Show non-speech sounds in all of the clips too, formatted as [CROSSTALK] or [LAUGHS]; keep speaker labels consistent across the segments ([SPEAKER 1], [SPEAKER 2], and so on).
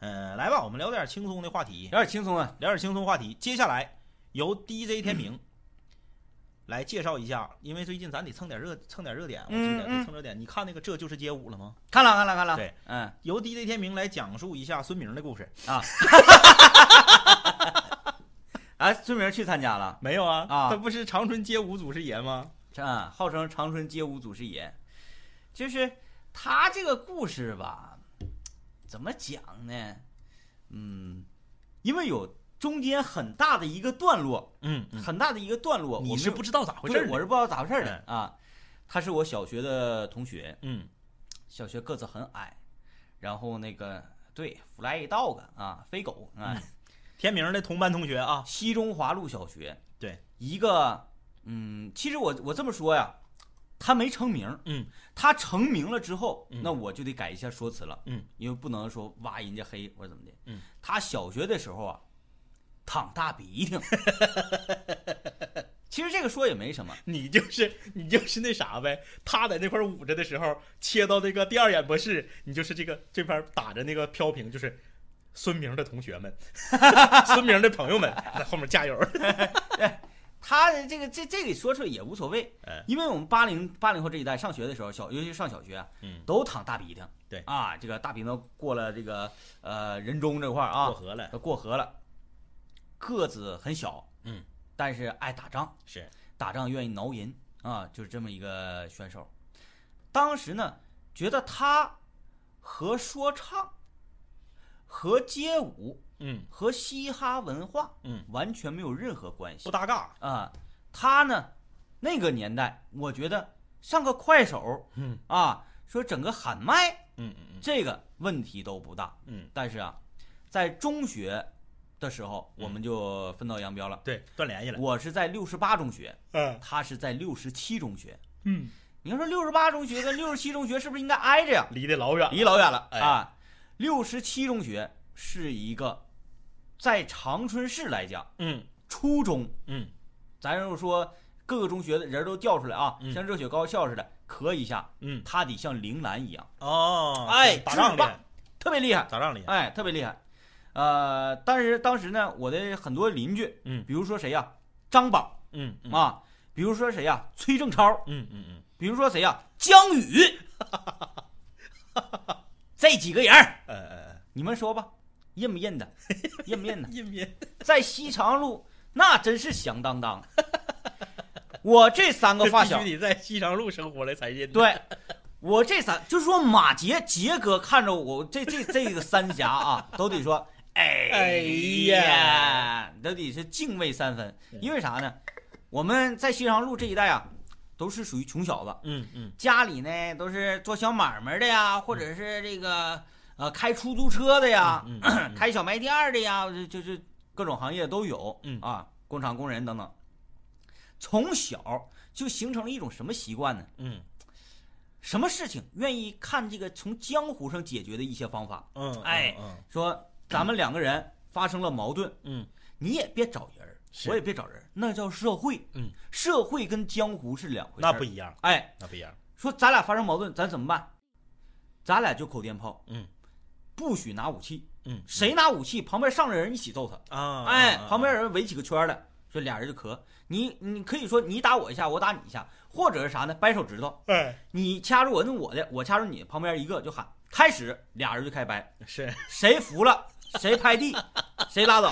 [SPEAKER 1] 嗯，来吧，我们聊点轻松的话题，
[SPEAKER 2] 有点轻松啊。
[SPEAKER 1] 聊点轻松话题。接下来由 DJ 天明来介绍一下，因为最近咱得蹭点热，蹭点热点，我记得
[SPEAKER 2] 嗯嗯
[SPEAKER 1] 得蹭热点。你看那个《这就是街舞》了吗？
[SPEAKER 2] 看了看了看了，
[SPEAKER 1] 对，
[SPEAKER 2] 嗯
[SPEAKER 1] 由 DJ 天明来讲述一下孙明的故事。
[SPEAKER 2] 啊，啊，孙明去参加了，
[SPEAKER 1] 没有啊
[SPEAKER 2] 啊
[SPEAKER 1] 他不是长春街舞祖师爷吗？
[SPEAKER 2] 啊，号称长春街舞祖师爷，就是他这个故事吧，怎么讲呢？嗯，因为有中间很大的一个段落，
[SPEAKER 1] 嗯，
[SPEAKER 2] 很大的一个段落，
[SPEAKER 1] 你
[SPEAKER 2] 我
[SPEAKER 1] 是
[SPEAKER 2] 没有
[SPEAKER 1] 不知道咋回事
[SPEAKER 2] 对
[SPEAKER 1] 儿的？
[SPEAKER 2] 我是不知道咋回事儿的啊。他是我小学的同学，
[SPEAKER 1] 嗯
[SPEAKER 2] 小学个子很矮，然后那个对，fly dog 啊，飞狗啊，
[SPEAKER 1] 嗯天明的同班同学啊，
[SPEAKER 2] 西中华路小学，
[SPEAKER 1] 对，
[SPEAKER 2] 一个嗯，其实我我这么说呀，他没成名，
[SPEAKER 1] 嗯，
[SPEAKER 2] 他成名了之后，
[SPEAKER 1] 嗯
[SPEAKER 2] 那我就得改一下说辞了，
[SPEAKER 1] 嗯，
[SPEAKER 2] 因为不能说挖人家黑或者怎么的，
[SPEAKER 1] 嗯，
[SPEAKER 2] 他小学的时候啊，淌大鼻
[SPEAKER 1] [LAUGHS]
[SPEAKER 2] 涕，其实这个说也没什么，
[SPEAKER 1] 你就是你就是那啥呗。他在那块儿捂着的时候，切到那个第二演播室，你就是这个这边打着那个飘屏，就是孙明的同学们、 [LAUGHS] 孙明的朋友们在后面加油。
[SPEAKER 2] 他的这个这这个说出来也无所谓
[SPEAKER 1] 哎，
[SPEAKER 2] 因为我们八零八零后这一代上学的时候，小尤其是上小学啊，
[SPEAKER 1] [LAUGHS] 嗯，
[SPEAKER 2] 都淌大鼻涕，
[SPEAKER 1] 对
[SPEAKER 2] 啊，这个大鼻涕过了这个呃人中这块儿啊，
[SPEAKER 1] 过河了，
[SPEAKER 2] 呃过河了，个子很小，
[SPEAKER 1] 嗯，
[SPEAKER 2] 但是爱打仗，
[SPEAKER 1] 是
[SPEAKER 2] 打仗愿意挠人啊，就是这么一个选手。当时呢，觉得他和说唱、和街舞、
[SPEAKER 1] 嗯
[SPEAKER 2] 和嘻哈文化，
[SPEAKER 1] 嗯，
[SPEAKER 2] 完全没有任何关系
[SPEAKER 1] 不搭嘎。
[SPEAKER 2] 啊。他呢，那个年代，我觉得上个快手
[SPEAKER 1] 嗯
[SPEAKER 2] 啊，说整个喊麦
[SPEAKER 1] 嗯嗯
[SPEAKER 2] 这个问题都不大，
[SPEAKER 1] 嗯，
[SPEAKER 2] 但是啊，在中学的时候，我们就分道扬镳了。
[SPEAKER 1] 嗯对，断联系了。
[SPEAKER 2] 我是在六十八中学，
[SPEAKER 1] 嗯
[SPEAKER 2] 他是在六十七中学。
[SPEAKER 1] 嗯，
[SPEAKER 2] 你要说六十八中学跟六十七中学是不是应该挨着呀？
[SPEAKER 1] 离得老远。
[SPEAKER 2] 离老远了
[SPEAKER 1] 哎
[SPEAKER 2] 啊！六十七中学是一个在长春市来讲，
[SPEAKER 1] 嗯
[SPEAKER 2] 初中，
[SPEAKER 1] 嗯
[SPEAKER 2] 咱要说各个中学的人都调出来啊，
[SPEAKER 1] 嗯
[SPEAKER 2] 像热血高校似的，咳一下，
[SPEAKER 1] 嗯，
[SPEAKER 2] 他得像铃兰一样，
[SPEAKER 1] 哦，
[SPEAKER 2] 哎
[SPEAKER 1] 打仗
[SPEAKER 2] 制
[SPEAKER 1] 厉害
[SPEAKER 2] 霸，特别厉害。
[SPEAKER 1] 打仗厉害。
[SPEAKER 2] 哎，特别厉害。呃，但是当时呢，我的很多邻居，
[SPEAKER 1] 嗯
[SPEAKER 2] 比如说谁呀、张榜
[SPEAKER 1] 嗯嗯
[SPEAKER 2] 啊，比如说谁呀、崔正超，
[SPEAKER 1] 嗯嗯嗯，
[SPEAKER 2] 比如说谁呀、江宇，这几个人儿，
[SPEAKER 1] 呃呃
[SPEAKER 2] 你们说吧，认不认得？认不认得
[SPEAKER 1] 呃，？音频。
[SPEAKER 2] 在西长路那真是响当当。我这三个发小
[SPEAKER 1] 必，须得在西长路生活了才 [LAUGHS] 认。，
[SPEAKER 2] 对，我这三就是说马杰杰哥看着我这这这个三峡啊，都得说哎
[SPEAKER 1] 哎呀
[SPEAKER 2] 呀，都得是敬畏三分
[SPEAKER 1] 嗯。
[SPEAKER 2] 因为啥呢？我们在西长路这一带啊，都是属于穷小子，
[SPEAKER 1] 嗯嗯
[SPEAKER 2] 家里呢都是做小买卖的呀，或者是这个呃开出租车的呀，
[SPEAKER 1] 嗯嗯
[SPEAKER 2] 开小卖店儿的呀，就就是各种行业都有，
[SPEAKER 1] 嗯
[SPEAKER 2] 啊，工厂工人等等。从小就形成了一种什么习惯呢？
[SPEAKER 1] 嗯
[SPEAKER 2] 什么事情愿意看这个从江湖上解决的一些方法。
[SPEAKER 1] 嗯，
[SPEAKER 2] 哎
[SPEAKER 1] 嗯 [CLEARS THROAT]
[SPEAKER 2] 说咱们两个人发生了矛盾，
[SPEAKER 1] 嗯
[SPEAKER 2] 你也别找人儿，
[SPEAKER 1] 是
[SPEAKER 2] 我也别找人儿，那叫社会。
[SPEAKER 1] 嗯，
[SPEAKER 2] 社会跟江湖是两回事。
[SPEAKER 1] 那不，一样，
[SPEAKER 2] 哎，
[SPEAKER 1] 那不一样。
[SPEAKER 2] 说咱俩发生矛盾，咱怎么办？咱俩就口电炮，
[SPEAKER 1] 嗯
[SPEAKER 2] 不许拿武器，
[SPEAKER 1] 嗯，
[SPEAKER 2] 谁拿武器，旁边上来人一起揍他。
[SPEAKER 1] 啊？
[SPEAKER 2] 哎，
[SPEAKER 1] 啊
[SPEAKER 2] 旁边有人围起个圈儿来，说俩人就磕，你你可以说你打我一下，我打你一下，或者是啥呢？掰手指头，
[SPEAKER 1] 哎
[SPEAKER 2] 你掐住我那我的，我掐住你，旁边一个就喊开始，俩人就开掰，
[SPEAKER 1] 是
[SPEAKER 2] 谁服
[SPEAKER 1] [LAUGHS]
[SPEAKER 2] 了谁拍地，谁拉倒，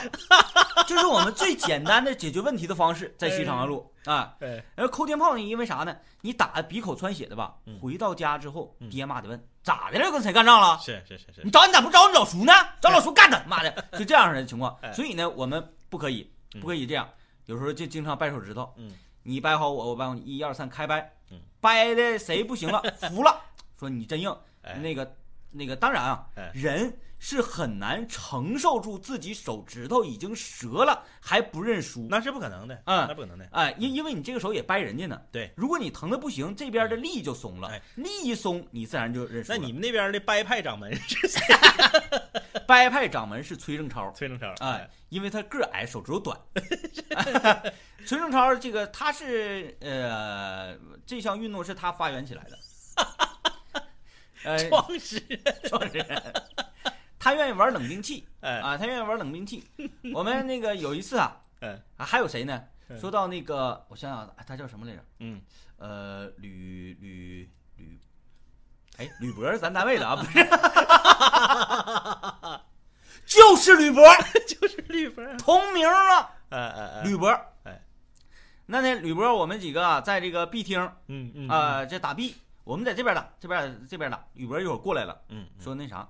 [SPEAKER 2] 这是我们最简单的解决问题的方式，在西长安路啊。
[SPEAKER 1] 哎
[SPEAKER 2] 然后扣电炮呢，因为啥呢？你打得鼻口穿血的吧
[SPEAKER 1] 嗯，
[SPEAKER 2] 回到家之后
[SPEAKER 1] 嗯，
[SPEAKER 2] 爹妈得问咋的了，跟谁干仗了？
[SPEAKER 1] 是是是
[SPEAKER 2] 你
[SPEAKER 1] 是，
[SPEAKER 2] 找你咋不找你老叔呢？找老叔干他，妈的，
[SPEAKER 1] [LAUGHS]
[SPEAKER 2] 就这样的情况
[SPEAKER 1] 哎。
[SPEAKER 2] 所以呢，我们不可以
[SPEAKER 1] 嗯
[SPEAKER 2] 不可以这样，有时候就经常掰手指头，
[SPEAKER 1] 嗯
[SPEAKER 2] 你掰好我，我掰好你，一二三，开掰
[SPEAKER 1] 嗯，
[SPEAKER 2] 掰的谁
[SPEAKER 1] [LAUGHS]
[SPEAKER 2] 不行了，服了，说你真硬
[SPEAKER 1] 哎，
[SPEAKER 2] 那个那个，当然啊
[SPEAKER 1] 哎，
[SPEAKER 2] 人是很难承受住自己手指头已经折了还不认输，
[SPEAKER 1] 那是不可能的，
[SPEAKER 2] 嗯
[SPEAKER 1] 那不可能的。
[SPEAKER 2] 哎，因因为你这个手也掰人家呢，
[SPEAKER 1] 对，
[SPEAKER 2] 如果你疼的不行，这边的力就松了
[SPEAKER 1] 哎，
[SPEAKER 2] 力一松，你自然就认输
[SPEAKER 1] 那
[SPEAKER 2] 了。
[SPEAKER 1] 你们那边的掰派掌门是谁？
[SPEAKER 2] 掰派掌门是崔正超，
[SPEAKER 1] 崔正超。
[SPEAKER 2] 哎，，因为他个儿矮，手指
[SPEAKER 1] [LAUGHS]
[SPEAKER 2] 头短。崔正超这个他是呃，这项运动是
[SPEAKER 1] [LAUGHS]
[SPEAKER 2] 他发源起来的。呃，
[SPEAKER 1] 哎壮士。
[SPEAKER 2] 创始人，他愿意玩冷兵器
[SPEAKER 1] 哎
[SPEAKER 2] 啊，他愿意玩冷兵
[SPEAKER 1] [LAUGHS]
[SPEAKER 2] 器。我们那个有一次啊，
[SPEAKER 1] 嗯
[SPEAKER 2] 啊还有谁呢？
[SPEAKER 1] 嗯
[SPEAKER 2] 说到那个，我想想，啊他叫什么来着？
[SPEAKER 1] 嗯，
[SPEAKER 2] 呃，吕吕吕，哎，吕博是咱单位的啊，不
[SPEAKER 1] [LAUGHS]
[SPEAKER 2] 是，就是吕博，
[SPEAKER 1] 就是绿波，哎
[SPEAKER 2] 同名了，
[SPEAKER 1] 哎哎，
[SPEAKER 2] 吕博。
[SPEAKER 1] 哎，
[SPEAKER 2] 那呢，吕博，我们几个啊，在这个 B 厅啊、
[SPEAKER 1] 嗯嗯，
[SPEAKER 2] 呃这打 B，我们在这边打，这边这边打。吕博一会儿过来了，
[SPEAKER 1] 嗯嗯
[SPEAKER 2] 说那啥，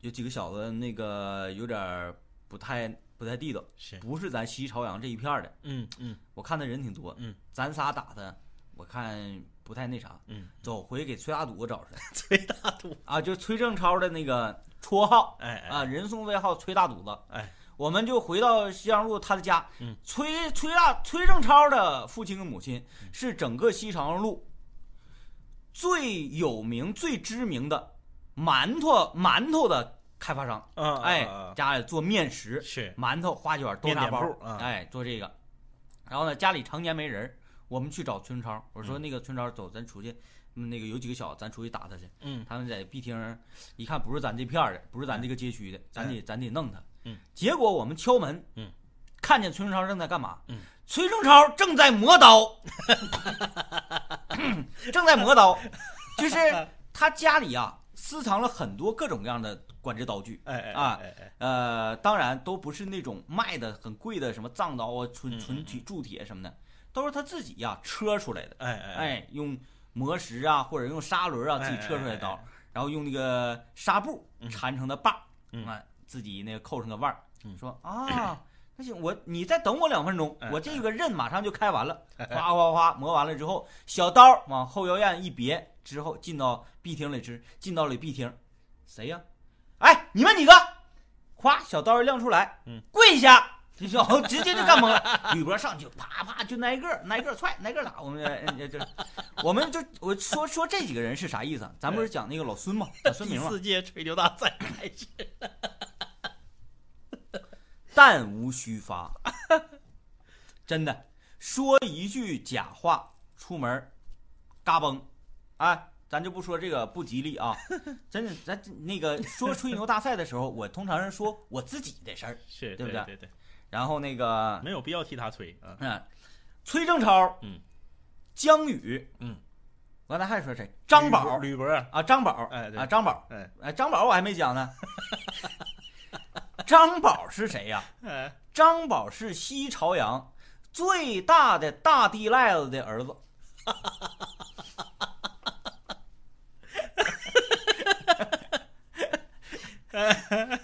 [SPEAKER 2] 有几个小子那个有点儿不太不太地道，
[SPEAKER 1] 是，
[SPEAKER 2] 不是咱西朝阳这一片儿的。
[SPEAKER 1] 嗯嗯
[SPEAKER 2] 我看他人挺多，
[SPEAKER 1] 嗯，
[SPEAKER 2] 咱仨打他，我看不太那啥，
[SPEAKER 1] 嗯，
[SPEAKER 2] 走回给崔大堵找去
[SPEAKER 1] [LAUGHS] 崔大肚，
[SPEAKER 2] 啊，就崔正超的那个绰号
[SPEAKER 1] 哎哎
[SPEAKER 2] 啊，人送外号崔大堵子，
[SPEAKER 1] 哎，
[SPEAKER 2] 我们就回到西洋路他的家，
[SPEAKER 1] 嗯，
[SPEAKER 2] 崔崔大崔正超的父亲跟母亲
[SPEAKER 1] 嗯
[SPEAKER 2] 是整个西长路最有名、最知名的馒头馒头的开发商，
[SPEAKER 1] 啊，
[SPEAKER 2] 哎
[SPEAKER 1] 啊，啊
[SPEAKER 2] 家里做面食，
[SPEAKER 1] 是，
[SPEAKER 2] 馒头、花卷、豆
[SPEAKER 1] 面
[SPEAKER 2] 沙
[SPEAKER 1] 点
[SPEAKER 2] 包
[SPEAKER 1] 铺，啊
[SPEAKER 2] 哎，做这个。然后呢，家里常年没人儿，我们去找村超，我
[SPEAKER 1] 嗯
[SPEAKER 2] 说那个村超，走，咱出去，嗯那个有几个小子，咱出去打他去。
[SPEAKER 1] 嗯
[SPEAKER 2] 他们在 B 厅儿一看，不是咱这片儿的，不是咱这个街区的，咱得咱得弄他。
[SPEAKER 1] 嗯，
[SPEAKER 2] 结果我们敲门，
[SPEAKER 1] 嗯，
[SPEAKER 2] 看见崔正超正在干嘛？
[SPEAKER 1] 嗯，
[SPEAKER 2] 崔正超正在磨刀， [COUGHS] 正在磨刀，就是他家里啊私藏了很多各种各样的管制刀具。
[SPEAKER 1] 哎哎
[SPEAKER 2] 啊
[SPEAKER 1] 哎哎，
[SPEAKER 2] 呃，当然都不是那种卖的很贵的什么藏刀啊、
[SPEAKER 1] 嗯
[SPEAKER 2] 纯
[SPEAKER 1] 嗯
[SPEAKER 2] 纯铁、铸铁什么的，都是他自己呀、车出来的。
[SPEAKER 1] 哎哎哎，
[SPEAKER 2] 哎，用磨石啊，或者用砂轮啊，自己车出来的
[SPEAKER 1] 哎
[SPEAKER 2] 刀
[SPEAKER 1] 哎，
[SPEAKER 2] 然后用那个纱布缠成的把儿，
[SPEAKER 1] 嗯
[SPEAKER 2] 啊，自己那个扣上个腕儿
[SPEAKER 1] 嗯。
[SPEAKER 2] 说啊，那行，我你再等我两分钟
[SPEAKER 1] 哎，
[SPEAKER 2] 我这个刃马上就开完了，
[SPEAKER 1] 哎哎
[SPEAKER 2] 哗哗哗磨完了之后，小刀往后腰燕一别，之后进到 B 厅里吃，进到了 B 厅，谁呀？哎，你们几个，夸小刀一亮出来，
[SPEAKER 1] 嗯，
[SPEAKER 2] 跪下。就就直接就干懵了，吕博上去啪啪就挨个挨个踹，挨个打。我们呃就就我们就我说说这几个人是啥意思啊？咱不是讲那个老孙嘛，讲孙
[SPEAKER 1] 第
[SPEAKER 2] 明嘛，
[SPEAKER 1] 四届吹牛大赛开始，
[SPEAKER 2] 弹无虚发，真的说一句假话，出门儿嘎嘣，哎，咱就不说这个不吉利啊，真的，咱那个说吹牛大赛的时候，我通常是说我自己的事儿，
[SPEAKER 1] 是
[SPEAKER 2] 对不
[SPEAKER 1] 对对
[SPEAKER 2] 对？
[SPEAKER 1] 对，
[SPEAKER 2] 然后那个
[SPEAKER 1] 没有必要替他吹啊，
[SPEAKER 2] 嗯，崔正超，
[SPEAKER 1] 嗯，
[SPEAKER 2] 江宇，
[SPEAKER 1] 嗯，
[SPEAKER 2] 我刚才还说谁？张宝
[SPEAKER 1] 吕博，
[SPEAKER 2] 啊，张宝，
[SPEAKER 1] 哎对
[SPEAKER 2] 啊，张宝，
[SPEAKER 1] 哎
[SPEAKER 2] 哎，张宝我还没讲呢。 [LAUGHS] 张宝是谁呀、
[SPEAKER 1] 哎，
[SPEAKER 2] 张宝是西朝阳最大的大地赖子的
[SPEAKER 1] [LAUGHS]
[SPEAKER 2] 儿子。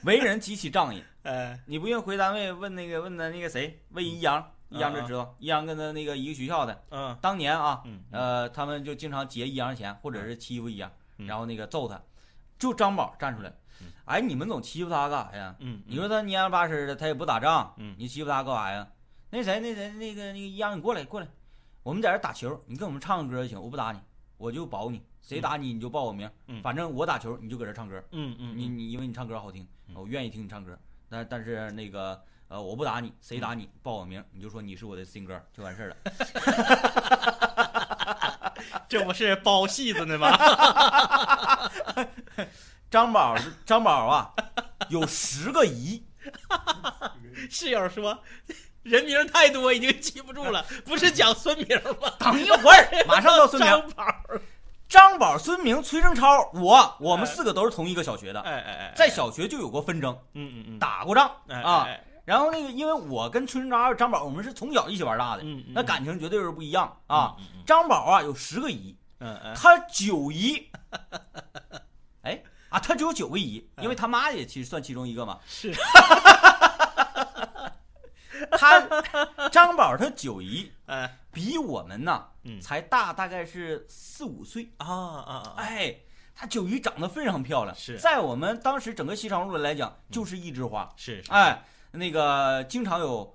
[SPEAKER 2] 为人极其仗义，
[SPEAKER 1] 哎
[SPEAKER 2] 你不用回单位问那个问咱那个谁
[SPEAKER 1] 嗯
[SPEAKER 2] 魏一
[SPEAKER 1] 啊
[SPEAKER 2] 阳，一阳就知道，一阳跟他那个一个学校的，
[SPEAKER 1] 嗯
[SPEAKER 2] 当年啊，
[SPEAKER 1] 嗯
[SPEAKER 2] 呃，他们就经常劫一阳的钱，或者是欺负一阳，
[SPEAKER 1] 嗯
[SPEAKER 2] 然后那个揍他，就张宝站出来，哎，你们总欺负他干啥呀？
[SPEAKER 1] 嗯，
[SPEAKER 2] 你说他蔫了巴似的，他也不打仗，
[SPEAKER 1] 嗯
[SPEAKER 2] 你欺负他干啥呀？那谁，那谁，那个那个一阳，你过来，过来，我们在这打球，你跟我们唱个歌就行，我不打你，我就保你，谁打你你就报我名，
[SPEAKER 1] 嗯
[SPEAKER 2] 反正我打球，你就搁这唱歌，
[SPEAKER 1] 嗯嗯
[SPEAKER 2] 你
[SPEAKER 1] 嗯
[SPEAKER 2] 你因为你唱歌好听，
[SPEAKER 1] 嗯
[SPEAKER 2] 我愿意听你唱歌，但但是那个呃，我不打你，谁打你报我名，你就说你是我的新歌就完事儿了。
[SPEAKER 1] 这不是包戏子呢吗？ [LAUGHS]
[SPEAKER 2] 张宝是张宝啊，有十个姨，
[SPEAKER 1] 室友说。人名太多，已经记不住了。不是讲孙明吗？
[SPEAKER 2] [LAUGHS] 等一会儿马上到孙明，
[SPEAKER 1] 张宝儿，
[SPEAKER 2] 张宝、孙明、崔正超，我我们
[SPEAKER 1] 哎
[SPEAKER 2] 四个都是同一个小学的，
[SPEAKER 1] 哎哎哎，
[SPEAKER 2] 在小学就有过纷争，
[SPEAKER 1] 嗯嗯嗯
[SPEAKER 2] 打过仗
[SPEAKER 1] 哎
[SPEAKER 2] 啊
[SPEAKER 1] 哎。
[SPEAKER 2] 然后那个，因为我跟崔正超还有张宝，我们是从小一起玩大的
[SPEAKER 1] 嗯嗯，
[SPEAKER 2] 那感情绝对是不一样啊
[SPEAKER 1] 嗯嗯嗯。
[SPEAKER 2] 张宝啊有十个姨，
[SPEAKER 1] 嗯嗯
[SPEAKER 2] [LAUGHS] 他九姨， [LAUGHS] 哎啊，他只有九个姨，
[SPEAKER 1] 嗯
[SPEAKER 2] 因为他妈也其实算其中一个嘛。
[SPEAKER 1] 是，
[SPEAKER 2] 他张宝他九姨
[SPEAKER 1] 哎
[SPEAKER 2] 比我们呐
[SPEAKER 1] 嗯
[SPEAKER 2] 才大大概是四五岁，
[SPEAKER 1] 啊啊啊啊
[SPEAKER 2] 哎，她九姨长得非常漂亮，
[SPEAKER 1] 是嗯
[SPEAKER 2] 在我们当时整个西长路来讲，就是一枝花，
[SPEAKER 1] 是是
[SPEAKER 2] 哎，那个经常有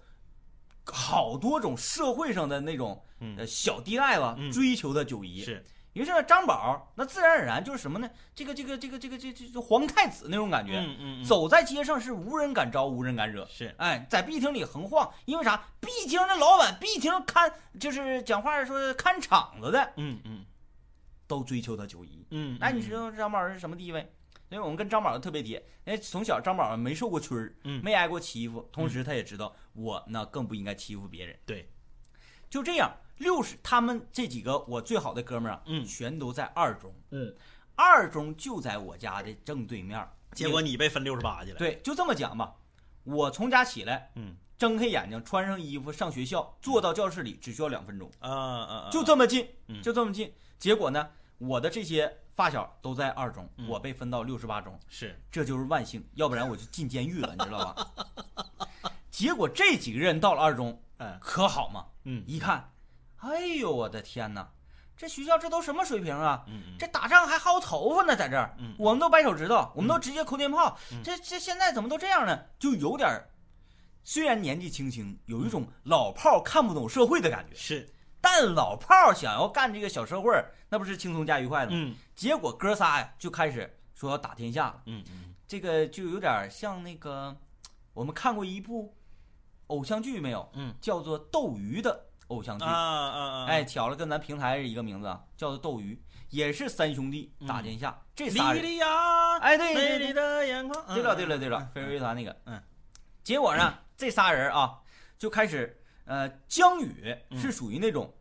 [SPEAKER 2] 好多种社会上的那种
[SPEAKER 1] 嗯
[SPEAKER 2] 呃小低赖吧、
[SPEAKER 1] 嗯
[SPEAKER 2] 追求的九姨，
[SPEAKER 1] 是
[SPEAKER 2] 于是呢张宝那自然而然就是什么呢？这个这个这个这个这这这皇太子那种感觉，
[SPEAKER 1] 嗯
[SPEAKER 2] 走在街上是无人敢招，无人敢惹。
[SPEAKER 1] 是
[SPEAKER 2] 哎，在 B 厅里横晃，因为啥？B 厅的老板，B 厅看就是讲话说看场子的，
[SPEAKER 1] 嗯嗯
[SPEAKER 2] 都追求他九姨。哎
[SPEAKER 1] 嗯，
[SPEAKER 2] 那你知道张宝是什么地位？因为我们跟张宝儿特别铁，因为从小张宝儿没受过屈儿，
[SPEAKER 1] 嗯
[SPEAKER 2] 没挨过欺负，同时他也知道我那更不应该欺负别人。
[SPEAKER 1] 对，
[SPEAKER 2] 就这样，六十他们这几个我最好的哥们儿啊，
[SPEAKER 1] 嗯
[SPEAKER 2] 全都在二中，
[SPEAKER 1] 嗯，
[SPEAKER 2] 二中就在我家的正对面儿。
[SPEAKER 1] 结果你被分六十八去了，，
[SPEAKER 2] 对，就这么讲吧，我从家起来，
[SPEAKER 1] 嗯，
[SPEAKER 2] 睁开眼睛，穿上衣服上学校，坐到教室里只需要两分钟，
[SPEAKER 1] 啊啊啊，
[SPEAKER 2] 就这么近，
[SPEAKER 1] 嗯
[SPEAKER 2] 就这么近。结果呢，我的这些发小都在二中，
[SPEAKER 1] 嗯
[SPEAKER 2] 我被分到六十八中，
[SPEAKER 1] 是，
[SPEAKER 2] 这就是万幸，要不然我就进
[SPEAKER 1] [LAUGHS]
[SPEAKER 2] 监狱了，你知道吧？结果这几个人到了二中，
[SPEAKER 1] 嗯
[SPEAKER 2] 可好嘛，
[SPEAKER 1] 嗯
[SPEAKER 2] 一看，哎呦我的天哪，这学校这都什么水平啊？
[SPEAKER 1] 嗯
[SPEAKER 2] 这打仗还薅头发呢，在这儿，
[SPEAKER 1] 嗯
[SPEAKER 2] 我们都掰手指头，我们都直接扣电炮，
[SPEAKER 1] 嗯
[SPEAKER 2] 这这现在怎么都这样呢？就有点儿，虽然年纪轻轻，有一
[SPEAKER 1] 嗯
[SPEAKER 2] 种老炮儿看不懂社会的感觉，
[SPEAKER 1] 是，
[SPEAKER 2] 但老炮儿想要干这个小社会儿，那不是轻松加愉快的吗？
[SPEAKER 1] 嗯
[SPEAKER 2] 结果哥仨呀就开始说要打天下了，
[SPEAKER 1] 嗯嗯，
[SPEAKER 2] 这个就有点儿像那个，我们看过一部偶像剧没有？
[SPEAKER 1] 嗯，
[SPEAKER 2] 叫做《斗鱼》的偶像剧。
[SPEAKER 1] 啊啊啊，
[SPEAKER 2] 哎，，巧了，跟咱平台是一个名字，啊，叫做斗鱼，也是三兄弟
[SPEAKER 1] 嗯
[SPEAKER 2] 打天下。这仨
[SPEAKER 1] 莉
[SPEAKER 2] 人，
[SPEAKER 1] 莉娅，
[SPEAKER 2] 哎，对
[SPEAKER 1] 美
[SPEAKER 2] 对
[SPEAKER 1] 丽
[SPEAKER 2] 对，
[SPEAKER 1] 的眼嗯眶，
[SPEAKER 2] 对了对了对了，飞瑞团那个，
[SPEAKER 1] 嗯，
[SPEAKER 2] 结果呢，这仨人啊，就开始，呃，江宇
[SPEAKER 1] 嗯
[SPEAKER 2] 是属于那种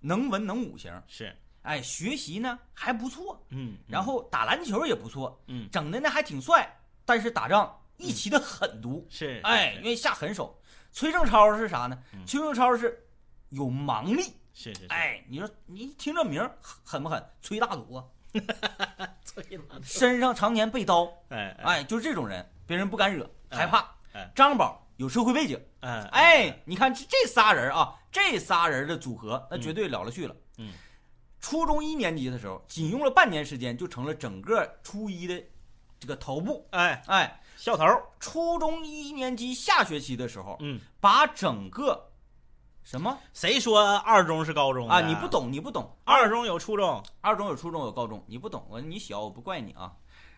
[SPEAKER 2] 能文能武型，
[SPEAKER 1] 是，
[SPEAKER 2] 哎，学习呢还不错，
[SPEAKER 1] 嗯，
[SPEAKER 2] 然后打篮球也不错，
[SPEAKER 1] 嗯
[SPEAKER 2] 整的呢还挺帅，但是打仗一起的狠毒，
[SPEAKER 1] 是，
[SPEAKER 2] 哎，愿意下狠手。崔正超是啥呢？
[SPEAKER 1] 嗯
[SPEAKER 2] 崔正超是有盲力，
[SPEAKER 1] 是是，，
[SPEAKER 2] 哎，你说你一听这名儿狠不狠？崔大鲁啊，
[SPEAKER 1] [LAUGHS] 最难，
[SPEAKER 2] 身上常年被刀，
[SPEAKER 1] 哎
[SPEAKER 2] 哎，就是这种人，别人不敢惹，
[SPEAKER 1] 哎
[SPEAKER 2] 害怕
[SPEAKER 1] 哎。
[SPEAKER 2] 张宝有社会背景，
[SPEAKER 1] 哎
[SPEAKER 2] 哎，你看这这仨人啊，这仨人的组合，那绝对了了去了。
[SPEAKER 1] 嗯，
[SPEAKER 2] 初中一年级的时候，仅用了半年时间，就成了整个初一的这个头部。
[SPEAKER 1] 哎，
[SPEAKER 2] 哎，
[SPEAKER 1] 笑头，
[SPEAKER 2] 初中一年级下学期的时候，
[SPEAKER 1] 嗯，
[SPEAKER 2] 把整个什么
[SPEAKER 1] 谁说二中是高中
[SPEAKER 2] 啊？你不，懂，你不懂。
[SPEAKER 1] 哎二中有初中，
[SPEAKER 2] 二中有初中有高中，你不懂我，你小我不怪你啊。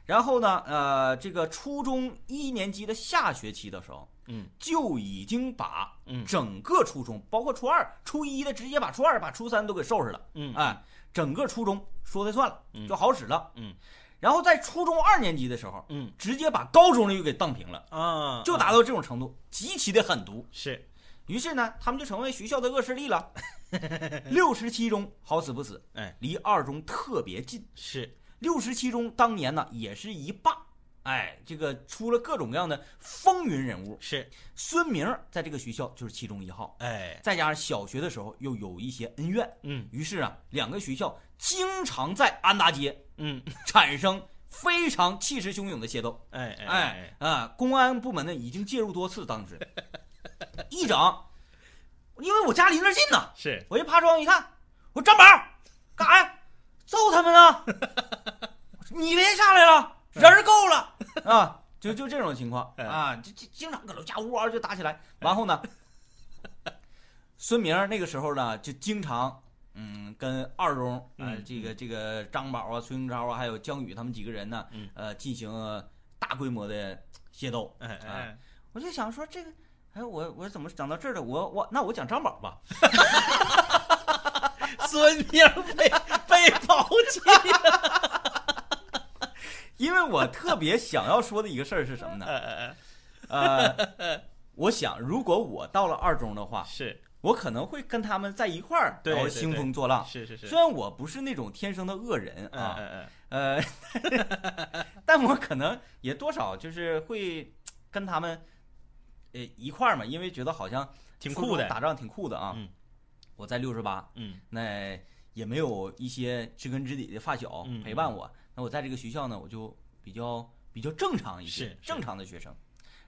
[SPEAKER 2] 然后呢，呃，这个初中一年级的下学期的时候，
[SPEAKER 1] 嗯
[SPEAKER 2] 就已经把
[SPEAKER 1] 嗯
[SPEAKER 2] 整个初中，包括初二、初一的，直接把初二、把初三都给收拾了。
[SPEAKER 1] 嗯
[SPEAKER 2] 哎，整个初中说的算了，
[SPEAKER 1] 嗯
[SPEAKER 2] 就好使了。
[SPEAKER 1] 嗯，
[SPEAKER 2] 然后在初中二年级的时候，
[SPEAKER 1] 嗯
[SPEAKER 2] 直接把高中的又给荡平了，
[SPEAKER 1] 啊，
[SPEAKER 2] 就达到这种程度，极其的狠毒。
[SPEAKER 1] 是，
[SPEAKER 2] 于是呢，他们就成为学校的恶势力了。 [LAUGHS] 六十七中好死不死，
[SPEAKER 1] 哎，
[SPEAKER 2] 离二中特别近。
[SPEAKER 1] 是，
[SPEAKER 2] 六十七中当年呢也是一霸，哎，这个出了各种各样的风云人物。
[SPEAKER 1] 是，
[SPEAKER 2] 孙明在这个学校就是其中一号，
[SPEAKER 1] 哎，
[SPEAKER 2] 再加上小学的时候又有一些恩怨，
[SPEAKER 1] 嗯
[SPEAKER 2] 于是啊，两个学校经常在安达街
[SPEAKER 1] 嗯，
[SPEAKER 2] 产生非常气势汹涌的械斗。
[SPEAKER 1] 哎
[SPEAKER 2] 哎，啊，公安部门呢已经介入多次，当时 [LAUGHS] 一整，因为我家离那儿近呐，
[SPEAKER 1] 是，
[SPEAKER 2] 我一趴窗户一看，我说张宝儿干啥呀？揍他
[SPEAKER 1] [LAUGHS]
[SPEAKER 2] 们呢？你别下来了，人儿够
[SPEAKER 1] [LAUGHS]
[SPEAKER 2] 了啊！就就这种情况
[SPEAKER 1] 哎
[SPEAKER 2] 啊，就就经常搁楼下呜嗷就打起来。完
[SPEAKER 1] [LAUGHS]
[SPEAKER 2] 后呢，孙明儿那个时候呢，就经常嗯跟二中啊、呃
[SPEAKER 1] 嗯
[SPEAKER 2] 这个这个张宝啊、崔永超啊，还有江宇他们几个人呢
[SPEAKER 1] 嗯，
[SPEAKER 2] 呃，进行呃大规模的械斗。
[SPEAKER 1] 哎哎，
[SPEAKER 2] 我就想说这个，哎，我我怎么讲到这儿了？我我那我讲张宝吧。
[SPEAKER 1] 啊孙明被被抛弃， [LAUGHS]
[SPEAKER 2] 因为我特别想要说的一个事儿是什
[SPEAKER 1] [LAUGHS]
[SPEAKER 2] 么呢？
[SPEAKER 1] 哎哎
[SPEAKER 2] 呃，我想如果我到了二中的
[SPEAKER 1] 哎，
[SPEAKER 2] 话，
[SPEAKER 1] 是
[SPEAKER 2] 我可能会跟他们在一块儿，
[SPEAKER 1] 对
[SPEAKER 2] 然后
[SPEAKER 1] 对对
[SPEAKER 2] 兴风作浪。
[SPEAKER 1] 是是是，
[SPEAKER 2] 虽然我不是那种天生的恶人
[SPEAKER 1] 哎哎
[SPEAKER 2] 啊，
[SPEAKER 1] 哎，
[SPEAKER 2] 呃， [LAUGHS] 但我可能也多少就是会跟他们，呃，一块儿嘛，因为觉得好像
[SPEAKER 1] 挺
[SPEAKER 2] 初中
[SPEAKER 1] 酷的，
[SPEAKER 2] 打仗挺酷的啊。
[SPEAKER 1] 嗯
[SPEAKER 2] 我在六十八，
[SPEAKER 1] 嗯
[SPEAKER 2] 那也没有一些知根知底的发小
[SPEAKER 1] 嗯
[SPEAKER 2] 陪伴我。那我在这个学校呢，我就比较比较正常一些
[SPEAKER 1] 是，是
[SPEAKER 2] 正常的学生。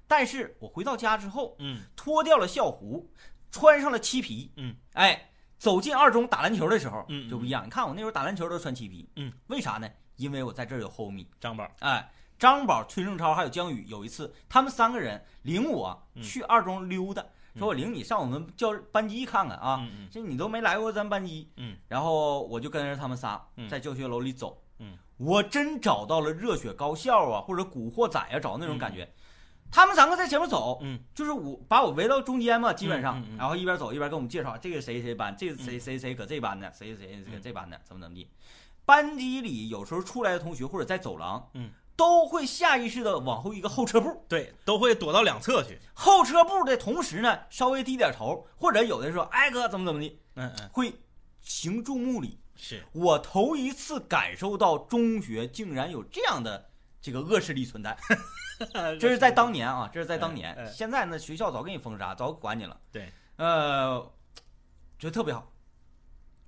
[SPEAKER 2] 但是我回到家之后，
[SPEAKER 1] 嗯
[SPEAKER 2] 脱掉了校服，穿上了漆皮，
[SPEAKER 1] 嗯，
[SPEAKER 2] 哎，走进二中打篮球的时候，
[SPEAKER 1] 嗯
[SPEAKER 2] 就不一样。你看我那时候打篮球都穿漆皮，
[SPEAKER 1] 嗯，
[SPEAKER 2] 为啥呢？因为我在这儿有 homie，
[SPEAKER 1] 张宝，
[SPEAKER 2] 哎，张宝、崔正超还有江宇，有一次他们三个人领我
[SPEAKER 1] 嗯
[SPEAKER 2] 去二中溜达，说我领你上我们教班级看看啊，
[SPEAKER 1] 嗯嗯
[SPEAKER 2] 这你都没来过咱班级，
[SPEAKER 1] 嗯，
[SPEAKER 2] 然后我就跟着他们仨
[SPEAKER 1] 嗯
[SPEAKER 2] 在教学楼里走，
[SPEAKER 1] 嗯，
[SPEAKER 2] 我真找到了热血高校啊，或者古惑仔啊，找那种感觉。他们三个在前面走，
[SPEAKER 1] 嗯，
[SPEAKER 2] 就是我把我围到中间嘛，基本
[SPEAKER 1] 嗯
[SPEAKER 2] 上，
[SPEAKER 1] 嗯嗯嗯
[SPEAKER 2] 然后一边走一边跟我们介绍这个谁谁班，这个谁谁谁搁这班呢，谁谁谁搁这班呢，怎么怎么地。班级里有时候出来的同学或者在走廊，
[SPEAKER 1] 嗯，
[SPEAKER 2] 都会下意识的往后一个后撤步，
[SPEAKER 1] 对，都会躲到两侧去。
[SPEAKER 2] 后撤步的同时呢，稍微低点头，或者有的说，哎哥怎么怎么的，
[SPEAKER 1] 嗯嗯，
[SPEAKER 2] 会行注目礼。
[SPEAKER 1] 是
[SPEAKER 2] 我头一次感受到中学竟然有这样的这个恶势力存在，这是在当年啊，这是在当年
[SPEAKER 1] 哎哎。
[SPEAKER 2] 现在呢，学校早给你封杀，早管你了。
[SPEAKER 1] 对，
[SPEAKER 2] 呃，觉得特别好。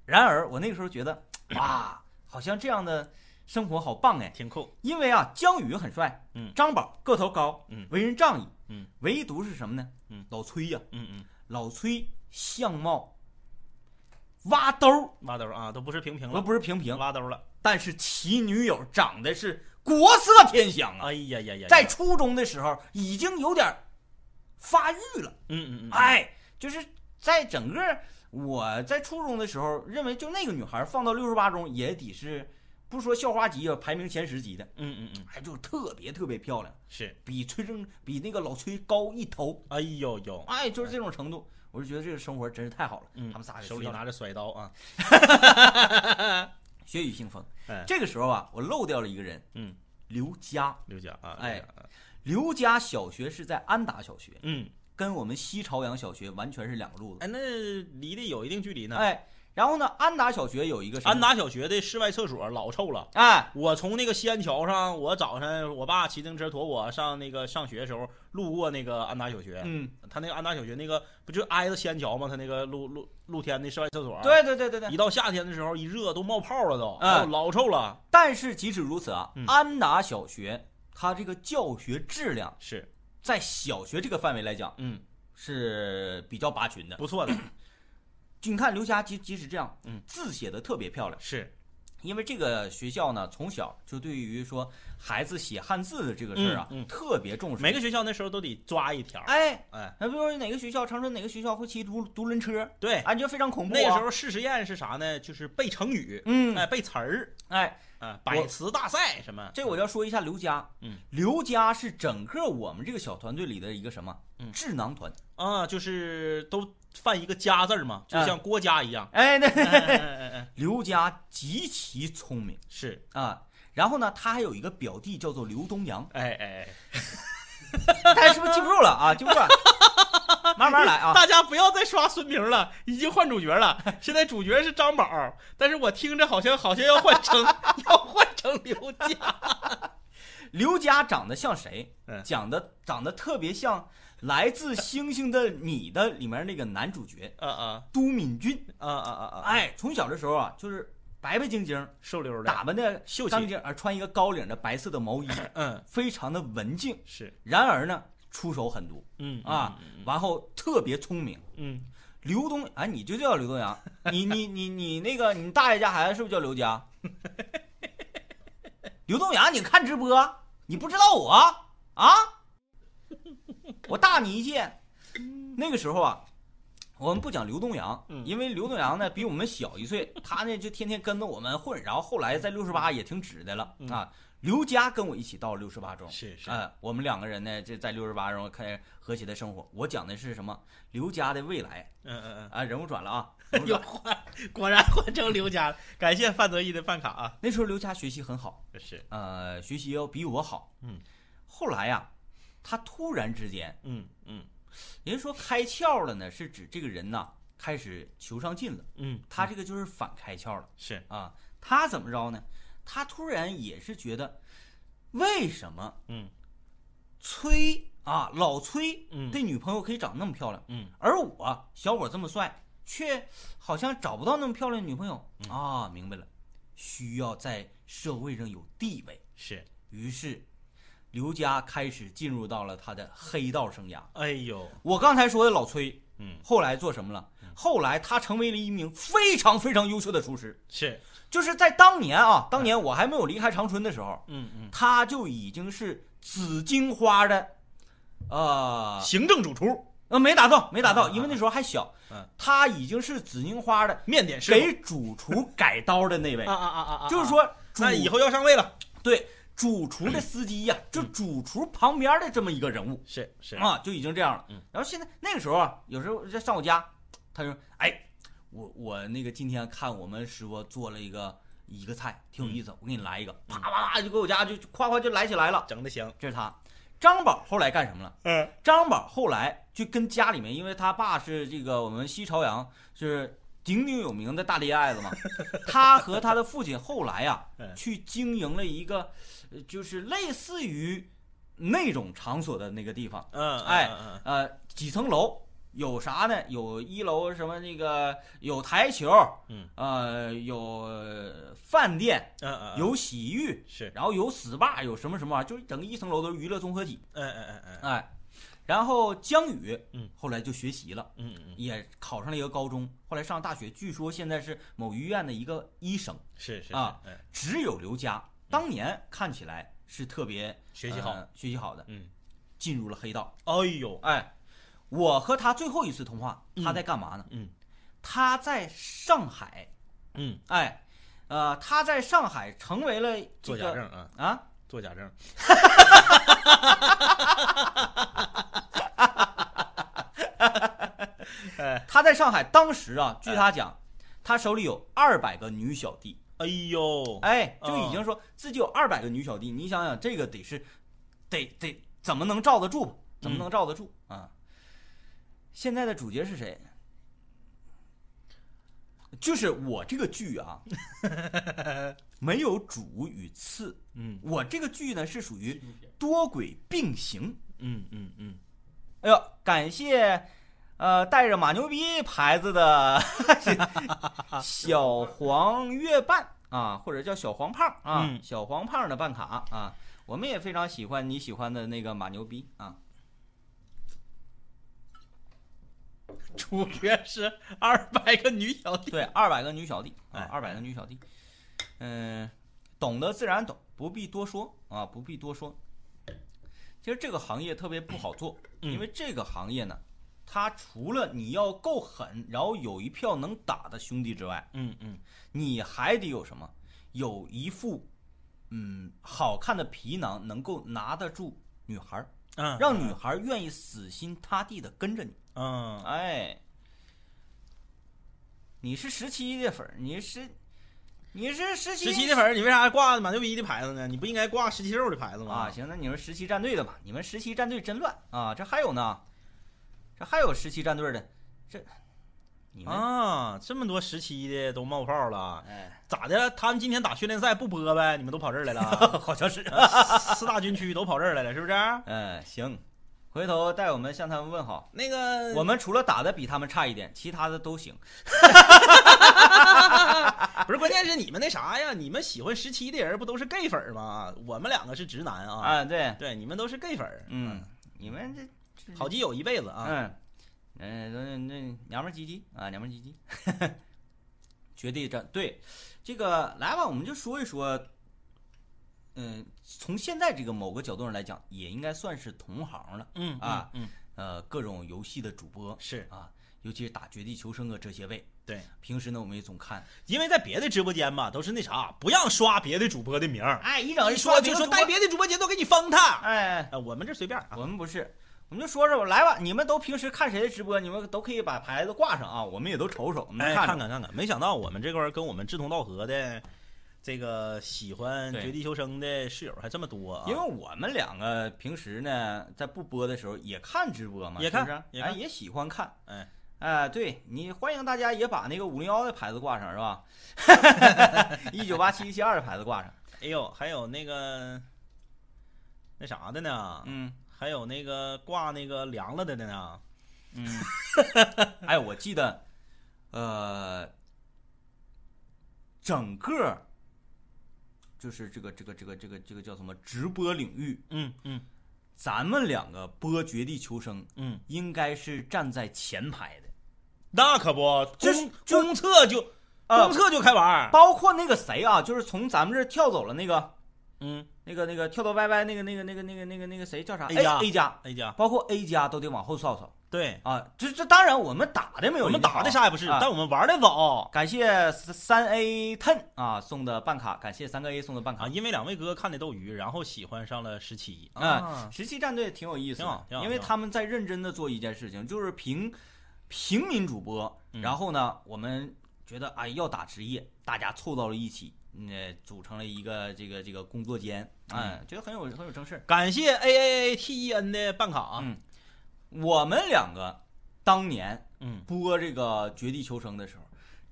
[SPEAKER 2] 然而我那个时候觉得，哇，好像这样的生活好棒哎，
[SPEAKER 1] 挺酷。
[SPEAKER 2] 因为啊，江宇很帅，
[SPEAKER 1] 嗯
[SPEAKER 2] 张宝个头高，
[SPEAKER 1] 嗯
[SPEAKER 2] 为人仗义，
[SPEAKER 1] 嗯，
[SPEAKER 2] 唯独是什么呢？
[SPEAKER 1] 嗯，
[SPEAKER 2] 老崔呀、
[SPEAKER 1] 嗯嗯，
[SPEAKER 2] 老崔相貌挖兜儿
[SPEAKER 1] 挖兜啊，都不是平平
[SPEAKER 2] 都
[SPEAKER 1] 了，
[SPEAKER 2] 不是平平，
[SPEAKER 1] 挖兜了。
[SPEAKER 2] 但是其女友长得是国色天香啊，
[SPEAKER 1] 哎呀呀呀，
[SPEAKER 2] 在初中的时候已经有点发育了，
[SPEAKER 1] 嗯嗯嗯，，
[SPEAKER 2] 哎，就是在整个我在初中的时候认为，就那个女孩放到六十八中也得是不说校花级啊，排名前十级的，
[SPEAKER 1] 嗯嗯嗯，
[SPEAKER 2] 哎，就是特别特别漂亮，
[SPEAKER 1] 是。
[SPEAKER 2] 比崔正比那个老崔高一头，
[SPEAKER 1] 哎呦呦，
[SPEAKER 2] 哎，就是这种程度，我就觉得这个生活真是太好了，
[SPEAKER 1] 嗯，
[SPEAKER 2] 他们仨
[SPEAKER 1] 手里拿着甩刀啊，
[SPEAKER 2] 血雨腥风。
[SPEAKER 1] 哎
[SPEAKER 2] 这个时候啊，我漏掉了一个人，
[SPEAKER 1] 嗯，
[SPEAKER 2] 刘佳。
[SPEAKER 1] 刘佳啊，
[SPEAKER 2] 哎
[SPEAKER 1] 刘佳，
[SPEAKER 2] 刘家小学是在安达小学，
[SPEAKER 1] 嗯，
[SPEAKER 2] 跟我们西朝阳小学完全是两个路子。
[SPEAKER 1] 哎，那离得有一定距离呢。
[SPEAKER 2] 哎，然后呢，安达小学有一个什么
[SPEAKER 1] 安，达小学的室外厕所老臭了。
[SPEAKER 2] 哎，
[SPEAKER 1] 我从那个西安桥上，我早上我爸骑自行车驮我上那个上学的时候，路过那个安达小学，
[SPEAKER 2] 嗯，
[SPEAKER 1] 他那个安达小学那个不就挨着西安桥吗？他那个露露露天的室外厕所，，
[SPEAKER 2] 对对对对
[SPEAKER 1] 啊一
[SPEAKER 2] 对。
[SPEAKER 1] 到夏天的时候，一热都冒泡了都，
[SPEAKER 2] 嗯
[SPEAKER 1] 哦老臭了。
[SPEAKER 2] 但是即使如此啊，
[SPEAKER 1] 嗯
[SPEAKER 2] 安达小学它这个教学质量
[SPEAKER 1] 是，
[SPEAKER 2] 在小学这个范围来讲
[SPEAKER 1] 嗯，
[SPEAKER 2] 是比较拔群的。
[SPEAKER 1] 不错
[SPEAKER 2] [CLEARS THROAT]
[SPEAKER 1] 的，
[SPEAKER 2] 就你看刘佳即即使这样，
[SPEAKER 1] 嗯，
[SPEAKER 2] 字写的特别漂亮，
[SPEAKER 1] 是，
[SPEAKER 2] 因为这个学校呢从小就对于说孩子写汉字的这个事儿啊、
[SPEAKER 1] 嗯嗯
[SPEAKER 2] 特别重视。
[SPEAKER 1] 每个学校那时候都得抓一条，
[SPEAKER 2] 哎，
[SPEAKER 1] 哎，
[SPEAKER 2] 那比如说哪个学校，长春哪个学校会骑独独轮车，
[SPEAKER 1] 对，
[SPEAKER 2] 感觉非常恐怖、啊。
[SPEAKER 1] 哎那个时，候试实验是啥呢？就是背成语，
[SPEAKER 2] 嗯，
[SPEAKER 1] 哎，背词儿，
[SPEAKER 2] 哎，
[SPEAKER 1] 啊，百词大赛什么，
[SPEAKER 2] 这我就要说一下刘家。
[SPEAKER 1] 嗯，
[SPEAKER 2] 刘家是整个我们这个小团队里的一个什么？
[SPEAKER 1] 嗯
[SPEAKER 2] 智囊团。
[SPEAKER 1] 啊，就是都犯一个家字儿嘛，
[SPEAKER 2] 嗯
[SPEAKER 1] 就像郭嘉一样，
[SPEAKER 2] [LAUGHS] 哎，那
[SPEAKER 1] 哎哎哎哎，
[SPEAKER 2] 刘家极其聪明
[SPEAKER 1] 是，，
[SPEAKER 2] 啊。然后呢，他还有一个表弟叫做刘东阳
[SPEAKER 1] [LAUGHS] 哎哎，
[SPEAKER 2] 大家是不是记不住了啊？记不
[SPEAKER 1] [LAUGHS]
[SPEAKER 2] 住了，慢慢来啊。
[SPEAKER 1] 大家不要再刷孙明了，已经换主角了，现在主角是张宝，但是我听着好像好像要换 [LAUGHS] 成要换成刘佳，
[SPEAKER 2] 刘家长得像谁？
[SPEAKER 1] 嗯
[SPEAKER 2] 讲的长得特别像《来自星星的你》的里面那个男主角
[SPEAKER 1] 啊啊
[SPEAKER 2] 都敏俊。
[SPEAKER 1] 啊啊啊啊，
[SPEAKER 2] 哎，从小的时候啊，就是白白净净，
[SPEAKER 1] 瘦溜儿的，
[SPEAKER 2] 打扮的
[SPEAKER 1] 秀
[SPEAKER 2] 干
[SPEAKER 1] 气，
[SPEAKER 2] 净，而穿一个高领的白色的毛衣，
[SPEAKER 1] 嗯，
[SPEAKER 2] 非常的文静。
[SPEAKER 1] 是，
[SPEAKER 2] 然而呢，出手狠毒
[SPEAKER 1] 嗯
[SPEAKER 2] 啊，，完后特别聪明。
[SPEAKER 1] 嗯，
[SPEAKER 2] 刘东，哎，你就叫刘
[SPEAKER 1] [LAUGHS]
[SPEAKER 2] 东阳，你你你你那个你大爷家孩子是不是叫
[SPEAKER 1] [LAUGHS]
[SPEAKER 2] 刘家？刘东阳，你看直播，你不知道我
[SPEAKER 1] [LAUGHS]
[SPEAKER 2] 啊？我大你一届。那个时候啊，我们不讲刘东阳，
[SPEAKER 1] 嗯
[SPEAKER 2] 因为刘东阳呢比我们小一岁，他呢就天天跟着我们混，然后后来在六十八也挺直的了
[SPEAKER 1] 嗯
[SPEAKER 2] 啊。刘佳跟我一起到六十八中，
[SPEAKER 1] 是是，
[SPEAKER 2] 哎，我们两个人呢，这在六十八中开始和谐的生活。我讲的是什么？刘家的未来
[SPEAKER 1] 嗯嗯
[SPEAKER 2] 啊，人物转
[SPEAKER 1] [LAUGHS]
[SPEAKER 2] 了啊。人
[SPEAKER 1] 嗯，
[SPEAKER 2] 物
[SPEAKER 1] 又
[SPEAKER 2] 转
[SPEAKER 1] 换，果然换成刘佳了，感谢范泽义的饭卡啊，
[SPEAKER 2] 那时候刘家学习很好，
[SPEAKER 1] 是，
[SPEAKER 2] 呃，学习要比我好。
[SPEAKER 1] 嗯，
[SPEAKER 2] 后来呀、他突然之间，
[SPEAKER 1] 嗯嗯
[SPEAKER 2] 人说开窍了呢，是指这个人呐、开始求上进了。
[SPEAKER 1] 嗯，
[SPEAKER 2] 他这个就是反开窍了
[SPEAKER 1] 是，
[SPEAKER 2] 啊。他怎么着呢？他突然也是觉得，为什么
[SPEAKER 1] 嗯
[SPEAKER 2] 崔啊老崔
[SPEAKER 1] 嗯
[SPEAKER 2] 的女朋友可以长那么漂亮？
[SPEAKER 1] 嗯，
[SPEAKER 2] 而我小伙这么帅，却好像找不到那么漂亮的女朋友、
[SPEAKER 1] 嗯
[SPEAKER 2] 啊！明白了，需要在社会上有地位。
[SPEAKER 1] 是，
[SPEAKER 2] 于是，刘佳开始进入到了他的黑道生涯。
[SPEAKER 1] 哎呦，
[SPEAKER 2] 我刚才说的老崔，
[SPEAKER 1] 嗯
[SPEAKER 2] 后来做什么了？后来他成为了一名非常非常优秀的厨师，
[SPEAKER 1] 是，
[SPEAKER 2] 就是在当年啊，当年我还没有离开长春的时候，
[SPEAKER 1] 嗯嗯，
[SPEAKER 2] 他就已经是紫荆花的，呃，
[SPEAKER 1] 行政主厨，
[SPEAKER 2] 呃，没打到，没打
[SPEAKER 1] 啊
[SPEAKER 2] 到，
[SPEAKER 1] 啊
[SPEAKER 2] 因为那时候还小。
[SPEAKER 1] 嗯，
[SPEAKER 2] 他已经是紫荆花的
[SPEAKER 1] 面点师
[SPEAKER 2] 给主厨改刀的那位，
[SPEAKER 1] 啊啊啊啊，
[SPEAKER 2] 就是说主
[SPEAKER 1] 那以嗯后要上位了，
[SPEAKER 2] 对主厨的司机呀、就主厨旁边的这么一个人物
[SPEAKER 1] 是是
[SPEAKER 2] 啊，就已经这样了
[SPEAKER 1] 嗯。
[SPEAKER 2] 然后现在那个时候啊，有时候在上我家，他说：“哎，我我那个今天看我们师傅做了一个。”一个菜，挺有意思。
[SPEAKER 1] 嗯
[SPEAKER 2] 我给你来一个，啪啪啪就给我家就夸夸就来起来了。
[SPEAKER 1] 整的香，
[SPEAKER 2] 这是他。张宝后来干什么了？
[SPEAKER 1] 嗯
[SPEAKER 2] 张宝后来就跟家里面，因为他爸是这个我们西朝阳是鼎鼎有名的大
[SPEAKER 1] [LAUGHS]
[SPEAKER 2] 力爱子嘛，他和他的父亲后来呀、
[SPEAKER 1] 嗯
[SPEAKER 2] 去经营了一个，呃就是类似于那种场所的那个地方，
[SPEAKER 1] 嗯
[SPEAKER 2] 哎
[SPEAKER 1] 嗯
[SPEAKER 2] 呃，几层楼。有啥呢？有一楼什么那个有台球，
[SPEAKER 1] 嗯，
[SPEAKER 2] 呃，有饭店，
[SPEAKER 1] 嗯嗯，
[SPEAKER 2] 有洗浴，
[SPEAKER 1] 是，
[SPEAKER 2] 然后有 SPA，有什么什么玩意儿，就是整个一层楼都是娱乐综合体。
[SPEAKER 1] 嗯嗯嗯
[SPEAKER 2] 哎，然后江宇，
[SPEAKER 1] 嗯，
[SPEAKER 2] 后来就学习了，
[SPEAKER 1] 嗯嗯嗯，
[SPEAKER 2] 也考上了一个高中，后来上大学，据说现在是某医院的一个医生。
[SPEAKER 1] 是是
[SPEAKER 2] 啊，
[SPEAKER 1] 是嗯
[SPEAKER 2] 只有刘佳当年看起来是特别
[SPEAKER 1] 嗯学习好，
[SPEAKER 2] 呃学习好的，
[SPEAKER 1] 嗯，
[SPEAKER 2] 进入了黑道。
[SPEAKER 1] 哎呦，
[SPEAKER 2] 哎，我和他最后一次通话，
[SPEAKER 1] 嗯
[SPEAKER 2] 他在干嘛呢？
[SPEAKER 1] 嗯
[SPEAKER 2] 他在上海，
[SPEAKER 1] 嗯，
[SPEAKER 2] 哎，呃，他在上海成为了这
[SPEAKER 1] 做假
[SPEAKER 2] 个
[SPEAKER 1] 证啊，
[SPEAKER 2] 啊，
[SPEAKER 1] 做假证，哎
[SPEAKER 2] 他在上海当时啊，据他讲，他手里有二百个女小弟。
[SPEAKER 1] 哎呦，
[SPEAKER 2] 哎，
[SPEAKER 1] 嗯
[SPEAKER 2] 就已经说自己有二百个女小弟，你想想这个得是，得得怎么能罩得住？怎么能罩得住啊？现在的主角是谁？就是我这个剧啊，没有主与次，
[SPEAKER 1] 嗯
[SPEAKER 2] 我这个剧呢是属于多轨并行。
[SPEAKER 1] 嗯嗯嗯，
[SPEAKER 2] 哎呦，感谢，呃，带着马牛逼牌子的 [LAUGHS] 小黄月半啊，或者叫小黄胖啊，
[SPEAKER 1] 嗯
[SPEAKER 2] 小黄胖的办卡啊，我们也非常喜欢你喜欢的那个马牛逼啊。
[SPEAKER 1] [LAUGHS] 主角是二百个女小弟，
[SPEAKER 2] 对，二百个女小弟
[SPEAKER 1] 哎
[SPEAKER 2] 啊，二百个女小弟，嗯、懂得自然懂，不必多说啊，不必多说。其实这个行业特别不好做，
[SPEAKER 1] 嗯
[SPEAKER 2] 因为这个行业呢，它除了你要够狠，然后有一票能打的兄弟之外，
[SPEAKER 1] 嗯嗯
[SPEAKER 2] 你还得有什么？有一副嗯好看的皮囊，能够拿得住女孩儿，
[SPEAKER 1] 嗯，
[SPEAKER 2] 让女孩儿愿意死心塌地的跟着你。
[SPEAKER 1] 嗯
[SPEAKER 2] 哎，你是十七的粉儿，你是你是十七
[SPEAKER 1] 十七的粉儿，你为啥挂马牛逼的牌子呢？你不应该挂十七肉的牌子吗？
[SPEAKER 2] 啊？行，那你们十七战队的吧？你们十七战队真乱啊！这还有呢，这还有十七战队的，这你们、
[SPEAKER 1] 啊，这么多十七的都冒泡了，啊 [LAUGHS]
[SPEAKER 2] 哎，
[SPEAKER 1] 咋的了？他们今天打训练赛不播呗？你们都跑这儿来了？
[SPEAKER 2] 好像是，
[SPEAKER 1] [LAUGHS] 四大军区都跑这儿来了，是不是？
[SPEAKER 2] 嗯，行，回头带我们向他们问好。
[SPEAKER 1] 那个，
[SPEAKER 2] 我们除了打的比他们差一点，其他的都行。
[SPEAKER 1] 不是，关键是你们那啥呀？你们喜欢十七的人不都是 gay 粉儿吗？我们两个是直男啊，
[SPEAKER 2] 啊，对，
[SPEAKER 1] 对，你们都是 gay 粉儿，啊
[SPEAKER 2] 嗯，，你们这这
[SPEAKER 1] 好基友一辈子啊，
[SPEAKER 2] 嗯，嗯，那那娘们儿唧唧啊，娘们儿唧唧， [LAUGHS] 绝对战对，这个来吧，我们就说一说，嗯，从现在这个某个角度上来讲，也应该算是同行了，
[SPEAKER 1] 嗯
[SPEAKER 2] 啊，
[SPEAKER 1] 嗯，
[SPEAKER 2] 呃，各种游戏的主播
[SPEAKER 1] 是
[SPEAKER 2] 啊，尤其是打《绝地求生》的这些位，
[SPEAKER 1] 对，
[SPEAKER 2] 平时呢我们也总看，
[SPEAKER 1] 因为在别的直播间吧，都是那啥，不让刷别的主播的名儿，
[SPEAKER 2] 哎，一整
[SPEAKER 1] 一说就说带
[SPEAKER 2] 代表，
[SPEAKER 1] 别的主播节奏给你封他。
[SPEAKER 2] 哎，
[SPEAKER 1] 啊，我们这随便啊，
[SPEAKER 2] 我们不是。我们就说说吧，来吧，你们都平时看谁的直播，你们都可以把牌子挂上啊，我们也都瞅瞅，我们
[SPEAKER 1] 哎，
[SPEAKER 2] 看着
[SPEAKER 1] 看看看看，没想到我们这块儿跟我们志同道合的，这个喜欢
[SPEAKER 2] 对
[SPEAKER 1] 《绝地求生》的室友还这么多啊！
[SPEAKER 2] 因为我们两个平时呢，在不播的时候也看直播嘛，
[SPEAKER 1] 也看
[SPEAKER 2] 是不是
[SPEAKER 1] 也
[SPEAKER 2] 哎
[SPEAKER 1] 看
[SPEAKER 2] 也喜欢看，
[SPEAKER 1] 哎
[SPEAKER 2] 哎、对你欢迎大家也把那个五零幺的牌子挂上是
[SPEAKER 1] [LAUGHS]
[SPEAKER 2] 吧？ [LAUGHS] 一九八七一七二的牌子挂上，
[SPEAKER 1] 哎呦，还有那个那啥的呢，
[SPEAKER 2] 嗯
[SPEAKER 1] 还有那个挂那个凉了的呢，
[SPEAKER 2] 嗯，哎，我记得，呃，整个就是这个这个这个这个这个叫什么直播领域，
[SPEAKER 1] 嗯嗯
[SPEAKER 2] 咱们两个播《绝地求生》
[SPEAKER 1] 嗯，
[SPEAKER 2] 应该是站在前排的。
[SPEAKER 1] 那可不，
[SPEAKER 2] 这
[SPEAKER 1] 公
[SPEAKER 2] 这
[SPEAKER 1] 公测就
[SPEAKER 2] 呃
[SPEAKER 1] 公测就开玩儿，
[SPEAKER 2] 包括那个谁啊，就是从咱们这儿跳走了那个、
[SPEAKER 1] 嗯
[SPEAKER 2] 那个、那个跳到 YY 那个、那个、那个、那个、那个、那个谁叫啥哎
[SPEAKER 1] A 加
[SPEAKER 2] A 加，
[SPEAKER 1] ，A 加，
[SPEAKER 2] 包括 A 加都得往后扫扫
[SPEAKER 1] 哎对
[SPEAKER 2] 啊。这这当然我们打的没有
[SPEAKER 1] 我
[SPEAKER 2] 人
[SPEAKER 1] 们
[SPEAKER 2] 家好，
[SPEAKER 1] 打的啥也不是，
[SPEAKER 2] 啊
[SPEAKER 1] 但我们玩的早
[SPEAKER 2] 感谢三 A ten 啊送的办卡，感谢三个 A 送的办
[SPEAKER 1] 啊，
[SPEAKER 2] 卡。
[SPEAKER 1] 因为两位哥看的斗鱼，然后喜欢上了十七
[SPEAKER 2] 啊，，十七战队挺有意思
[SPEAKER 1] 挺好
[SPEAKER 2] 的，
[SPEAKER 1] 挺好
[SPEAKER 2] 因为
[SPEAKER 1] 挺好
[SPEAKER 2] 他们在认真的做一件事情，就是平平民主播。
[SPEAKER 1] 嗯
[SPEAKER 2] 然后呢，我们觉得哎要打职业，大家凑到了一起，嗯，组成了一个这个这个工作间，
[SPEAKER 1] 嗯
[SPEAKER 2] 哎、觉得很有很有正事儿。感谢
[SPEAKER 1] A A A T E N 的办卡啊，
[SPEAKER 2] 嗯，我们两个当年
[SPEAKER 1] 嗯，
[SPEAKER 2] 播这个《绝地求生》的时候，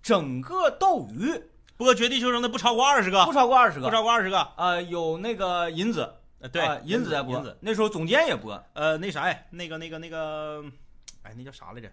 [SPEAKER 2] 整个斗鱼
[SPEAKER 1] 播《绝地求生》的不超过二十个
[SPEAKER 2] 不，超过二十
[SPEAKER 1] 啊不
[SPEAKER 2] 个，
[SPEAKER 1] 超过二十个。
[SPEAKER 2] 呃，有那个银子，
[SPEAKER 1] 呃，对
[SPEAKER 2] 啊，银子在播，
[SPEAKER 1] 银子，
[SPEAKER 2] 那时候总监也播，
[SPEAKER 1] 呃，那啥呀，那个那个那个，哎，那叫啥来着？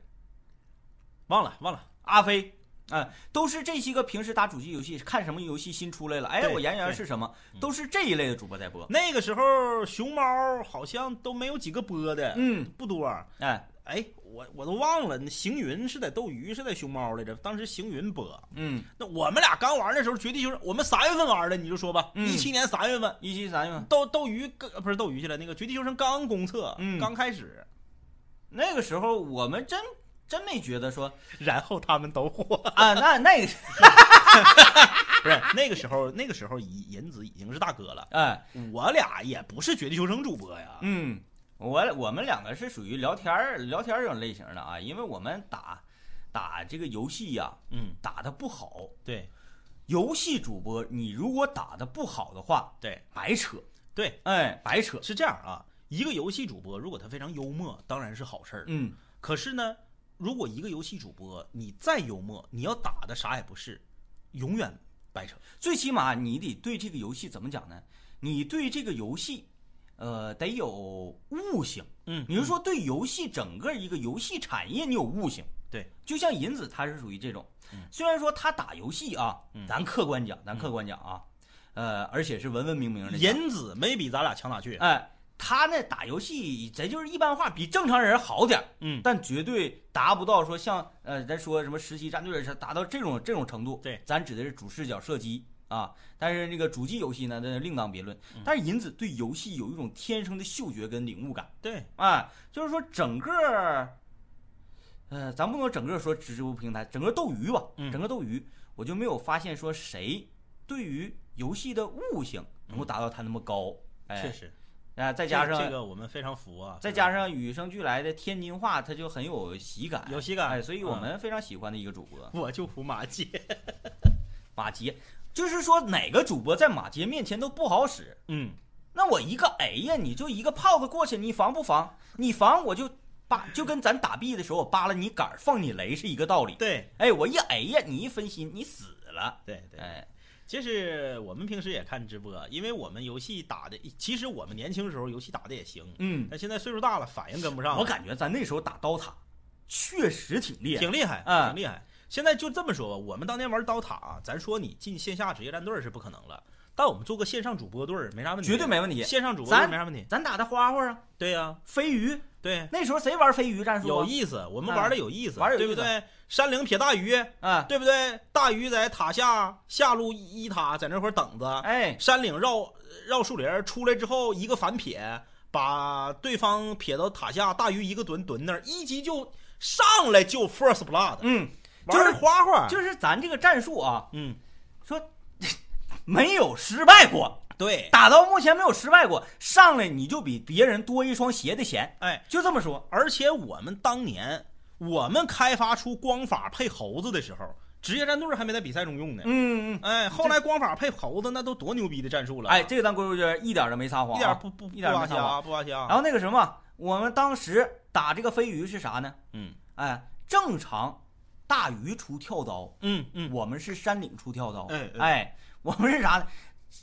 [SPEAKER 1] 忘了忘了。
[SPEAKER 2] 阿飞，啊、都是这些个平时打主机游戏，看什么游戏新出来了，哎，
[SPEAKER 1] 对
[SPEAKER 2] 我研究研究是什么，都是这一类的主播在播。
[SPEAKER 1] 那个时候熊猫好像都没有几个播的，
[SPEAKER 2] 嗯，
[SPEAKER 1] 不多。
[SPEAKER 2] 哎，
[SPEAKER 1] 哎，我我都忘了，那行云是在斗鱼是在熊猫来着，当时行云播。
[SPEAKER 2] 嗯，
[SPEAKER 1] 那我们俩刚玩的时候，《绝地求生》，我们三月份玩的，你就说吧，
[SPEAKER 2] 嗯
[SPEAKER 1] 一七、年三月份，
[SPEAKER 2] 一七三嘛，
[SPEAKER 1] 斗斗鱼刚呃不是斗鱼去了，那个《绝地求生》刚公测，
[SPEAKER 2] 嗯
[SPEAKER 1] 刚开始，
[SPEAKER 2] 那个时候我们真真没觉得说
[SPEAKER 1] 然后他们都火， [LAUGHS]
[SPEAKER 2] 啊，那那个，
[SPEAKER 1] 不是那个时候，那个时候银银子已经是大哥了，
[SPEAKER 2] 哎，
[SPEAKER 1] [LAUGHS] 我俩也不是《绝地求生》主播呀，
[SPEAKER 2] 嗯，我我们两个是属于聊天儿聊天儿这种类型的啊，因为我们打打这个游戏呀、
[SPEAKER 1] 嗯，
[SPEAKER 2] 打的不好，
[SPEAKER 1] 对
[SPEAKER 2] 游戏主播你如果打的不好的话，
[SPEAKER 1] 对
[SPEAKER 2] 白扯，
[SPEAKER 1] 对，
[SPEAKER 2] 哎，白扯，
[SPEAKER 1] 是这样啊，一个游戏主播如果他非常幽默，当然是好事儿，
[SPEAKER 2] 嗯，
[SPEAKER 1] 可是呢，如果一个游戏主播你再幽默，你要打的啥也不是，永远白扯，
[SPEAKER 2] 最起码你得对这个游戏怎么讲呢？你对这个游戏，呃，得有悟性。
[SPEAKER 1] 嗯
[SPEAKER 2] 你是说对游戏整个一个游戏产业你有悟性？
[SPEAKER 1] 对，嗯
[SPEAKER 2] 就像银子他是属于这种，虽然说他打游戏啊，咱客观讲，咱客观讲啊，呃，而且是文文明明的讲，
[SPEAKER 1] 嗯银子没比咱俩强哪去，
[SPEAKER 2] 哎。他那打游戏，咱就是一般化，比正常人好点儿
[SPEAKER 1] 嗯
[SPEAKER 2] 但绝对达不到说像呃，咱说什么实习战队是达到这种这种程度。
[SPEAKER 1] 对
[SPEAKER 2] 咱指的是主视角射击啊，但是那个主机游戏呢，那另当别论。
[SPEAKER 1] 嗯
[SPEAKER 2] 但是银子对游戏有一种天生的嗅觉跟领悟感，
[SPEAKER 1] 对，
[SPEAKER 2] 啊，就是说整个，呃，咱不能整个说直播平台，整个斗鱼吧，
[SPEAKER 1] 嗯
[SPEAKER 2] 整个斗鱼，我就没有发现说谁对于游戏的悟性能够达到他那么高。哎，
[SPEAKER 1] 嗯确实。
[SPEAKER 2] 啊，再加上
[SPEAKER 1] 这这个我们非常服啊，
[SPEAKER 2] 再加上与生俱来的天津话，它就很有喜感，
[SPEAKER 1] 有喜感嗯
[SPEAKER 2] 哎，所以我们非常喜欢的一个主播
[SPEAKER 1] 我就服马姐，
[SPEAKER 2] 马杰，就是说哪个主播在马杰面前都不好使。
[SPEAKER 1] [LAUGHS] 嗯，
[SPEAKER 2] 那我一个哎呀，你就一个炮子过去，你防不防？你防我就扒，就跟咱打 B 的时候我扒了你杆儿放你雷是一个道理。
[SPEAKER 1] 对
[SPEAKER 2] 哎，我一哎呀，你一分心，你死了。
[SPEAKER 1] 对对，
[SPEAKER 2] 哎，
[SPEAKER 1] 其实我们平时也看直播，因为我们游戏打的，其实我们年轻时候游戏打的也行，
[SPEAKER 2] 嗯，
[SPEAKER 1] 但现在岁数大了，反应跟不上了，
[SPEAKER 2] 我感觉咱那时候打刀塔确实挺厉害，
[SPEAKER 1] 挺厉害，
[SPEAKER 2] 嗯
[SPEAKER 1] 挺厉害。现在就这么说吧，我们当年玩刀塔啊，咱说你进线下职业战队是不可能了，但我们做个线上主播队儿没啥问题，
[SPEAKER 2] 绝对没问题。
[SPEAKER 1] 线上主播队儿
[SPEAKER 2] 咱
[SPEAKER 1] 没啥问题。
[SPEAKER 2] 咱打的花花啊，
[SPEAKER 1] 对呀、
[SPEAKER 2] 飞鱼，
[SPEAKER 1] 对，
[SPEAKER 2] 那时候谁玩飞鱼战术啊？
[SPEAKER 1] 有意思，我们玩的有意思，
[SPEAKER 2] 嗯玩有意
[SPEAKER 1] 对
[SPEAKER 2] 思
[SPEAKER 1] 不对？山灵撇大鱼，
[SPEAKER 2] 啊，
[SPEAKER 1] 对不对？大鱼在塔下下路一一塔，在那块儿等着，
[SPEAKER 2] 哎，
[SPEAKER 1] 山岭绕绕树林儿出来之后，一个反撇，把对方撇到塔下，大鱼一个蹲蹲那儿，一级就上来就 first blood，
[SPEAKER 2] 嗯，就
[SPEAKER 1] 玩
[SPEAKER 2] 是
[SPEAKER 1] 儿花花，
[SPEAKER 2] 就是咱这个战术啊，
[SPEAKER 1] 嗯，
[SPEAKER 2] 说没有失败过，
[SPEAKER 1] 对，
[SPEAKER 2] 打到目前没有失败过，上来你就比别人多一双鞋的钱，
[SPEAKER 1] 哎，
[SPEAKER 2] 就这么说。
[SPEAKER 1] 而且我们当年我们开发出光法配猴子的时候，职业战队还没在比赛中用呢，
[SPEAKER 2] 嗯嗯，
[SPEAKER 1] 哎，后来光法配猴子那都多牛逼的战术了，
[SPEAKER 2] 哎，，这个咱归出去一点都没撒谎、啊，
[SPEAKER 1] 一点不不不
[SPEAKER 2] 一点儿没啊
[SPEAKER 1] 扒
[SPEAKER 2] 看过
[SPEAKER 1] 瞎不扒瞎，
[SPEAKER 2] 然后那个什么，我们当时打这个飞鱼是啥呢？
[SPEAKER 1] 嗯
[SPEAKER 2] 哎，正常大鱼出跳刀，
[SPEAKER 1] 嗯嗯，
[SPEAKER 2] 我们是山岭出跳刀，
[SPEAKER 1] 哎哎
[SPEAKER 2] 哎，我们是啥呢？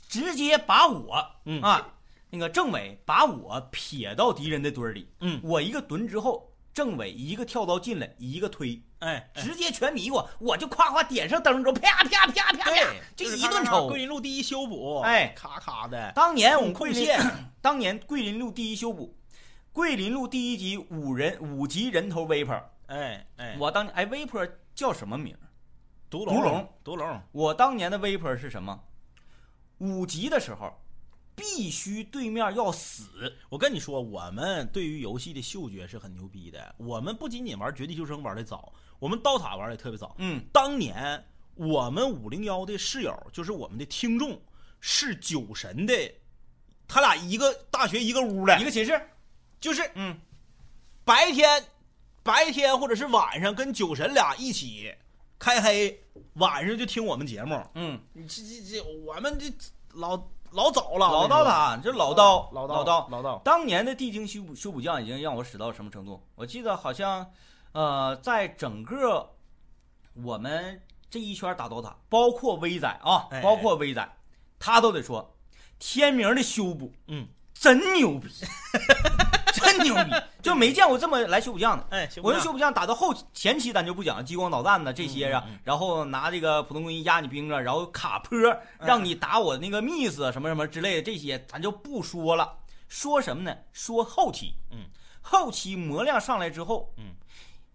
[SPEAKER 2] 直接把我、
[SPEAKER 1] 嗯
[SPEAKER 2] 啊，那个政委把我撇到敌人的堆儿里，
[SPEAKER 1] 嗯
[SPEAKER 2] 我一个蹲之后，政委一个跳刀进来，一个推，
[SPEAKER 1] 哎，哎
[SPEAKER 2] 直接全迷我，我就夸夸点上灯之后，啪啪啪啪啪
[SPEAKER 1] 对，，
[SPEAKER 2] 就是一
[SPEAKER 1] 咔
[SPEAKER 2] 顿
[SPEAKER 1] 咔
[SPEAKER 2] 抽
[SPEAKER 1] 桂。林路第一修补，
[SPEAKER 2] 哎
[SPEAKER 1] 咔咔的，
[SPEAKER 2] 当年我们
[SPEAKER 1] 控
[SPEAKER 2] 桂林
[SPEAKER 1] 线，
[SPEAKER 2] [CLEARS THROAT] [LAUGHS] 当年桂林路第一修补，桂林路第一级五人五级人头 Vapor，
[SPEAKER 1] 哎哎，
[SPEAKER 2] 我当年哎 Vapor 叫什么名儿？
[SPEAKER 1] 独
[SPEAKER 2] 独
[SPEAKER 1] 龙
[SPEAKER 2] 龙，呃
[SPEAKER 1] 独龙，
[SPEAKER 2] 我当年的 Vapor 是什么？五级的时候，必须对面要死。
[SPEAKER 1] 我跟你说，我们对于游戏的嗅觉是很牛逼的。我们不仅仅玩《绝地求生》玩的早，我们刀塔玩的特别早。
[SPEAKER 2] 嗯，
[SPEAKER 1] 当年我们五零幺的室友，就是我们的听众，是酒神的，他俩一个大学一个屋的
[SPEAKER 2] 一，个寝室。
[SPEAKER 1] 就是
[SPEAKER 2] 嗯，
[SPEAKER 1] 白天白天或者是晚上跟酒神俩一起开黑，晚上就听我们节目。
[SPEAKER 2] 嗯，
[SPEAKER 1] 你这这这，我们这老老早了，
[SPEAKER 2] 老
[SPEAKER 1] 到
[SPEAKER 2] 刀塔，这老刀，
[SPEAKER 1] 老
[SPEAKER 2] 老
[SPEAKER 1] 刀，老刀，
[SPEAKER 2] 当年的地精修补修补匠已经让我使到什么程度？我记得好像，呃，在整个我们这一圈打刀塔，包括威仔啊
[SPEAKER 1] 哎，
[SPEAKER 2] 包括威仔，他都得说天明的修补
[SPEAKER 1] 嗯，
[SPEAKER 2] 真牛逼，真牛逼，就没见过这么来修补匠的。
[SPEAKER 1] 哎，
[SPEAKER 2] 我说修补匠打到后前期，咱就不讲激光导弹呐这些啊，
[SPEAKER 1] 嗯嗯嗯
[SPEAKER 2] 然后拿这个普通攻击压你兵啊，然后卡坡
[SPEAKER 1] 嗯
[SPEAKER 2] 让你打我那个 miss 啊什么什么之类的这些，咱就不说了。说什么呢？说后期，
[SPEAKER 1] 嗯，
[SPEAKER 2] 后期魔量上来之后，
[SPEAKER 1] 嗯，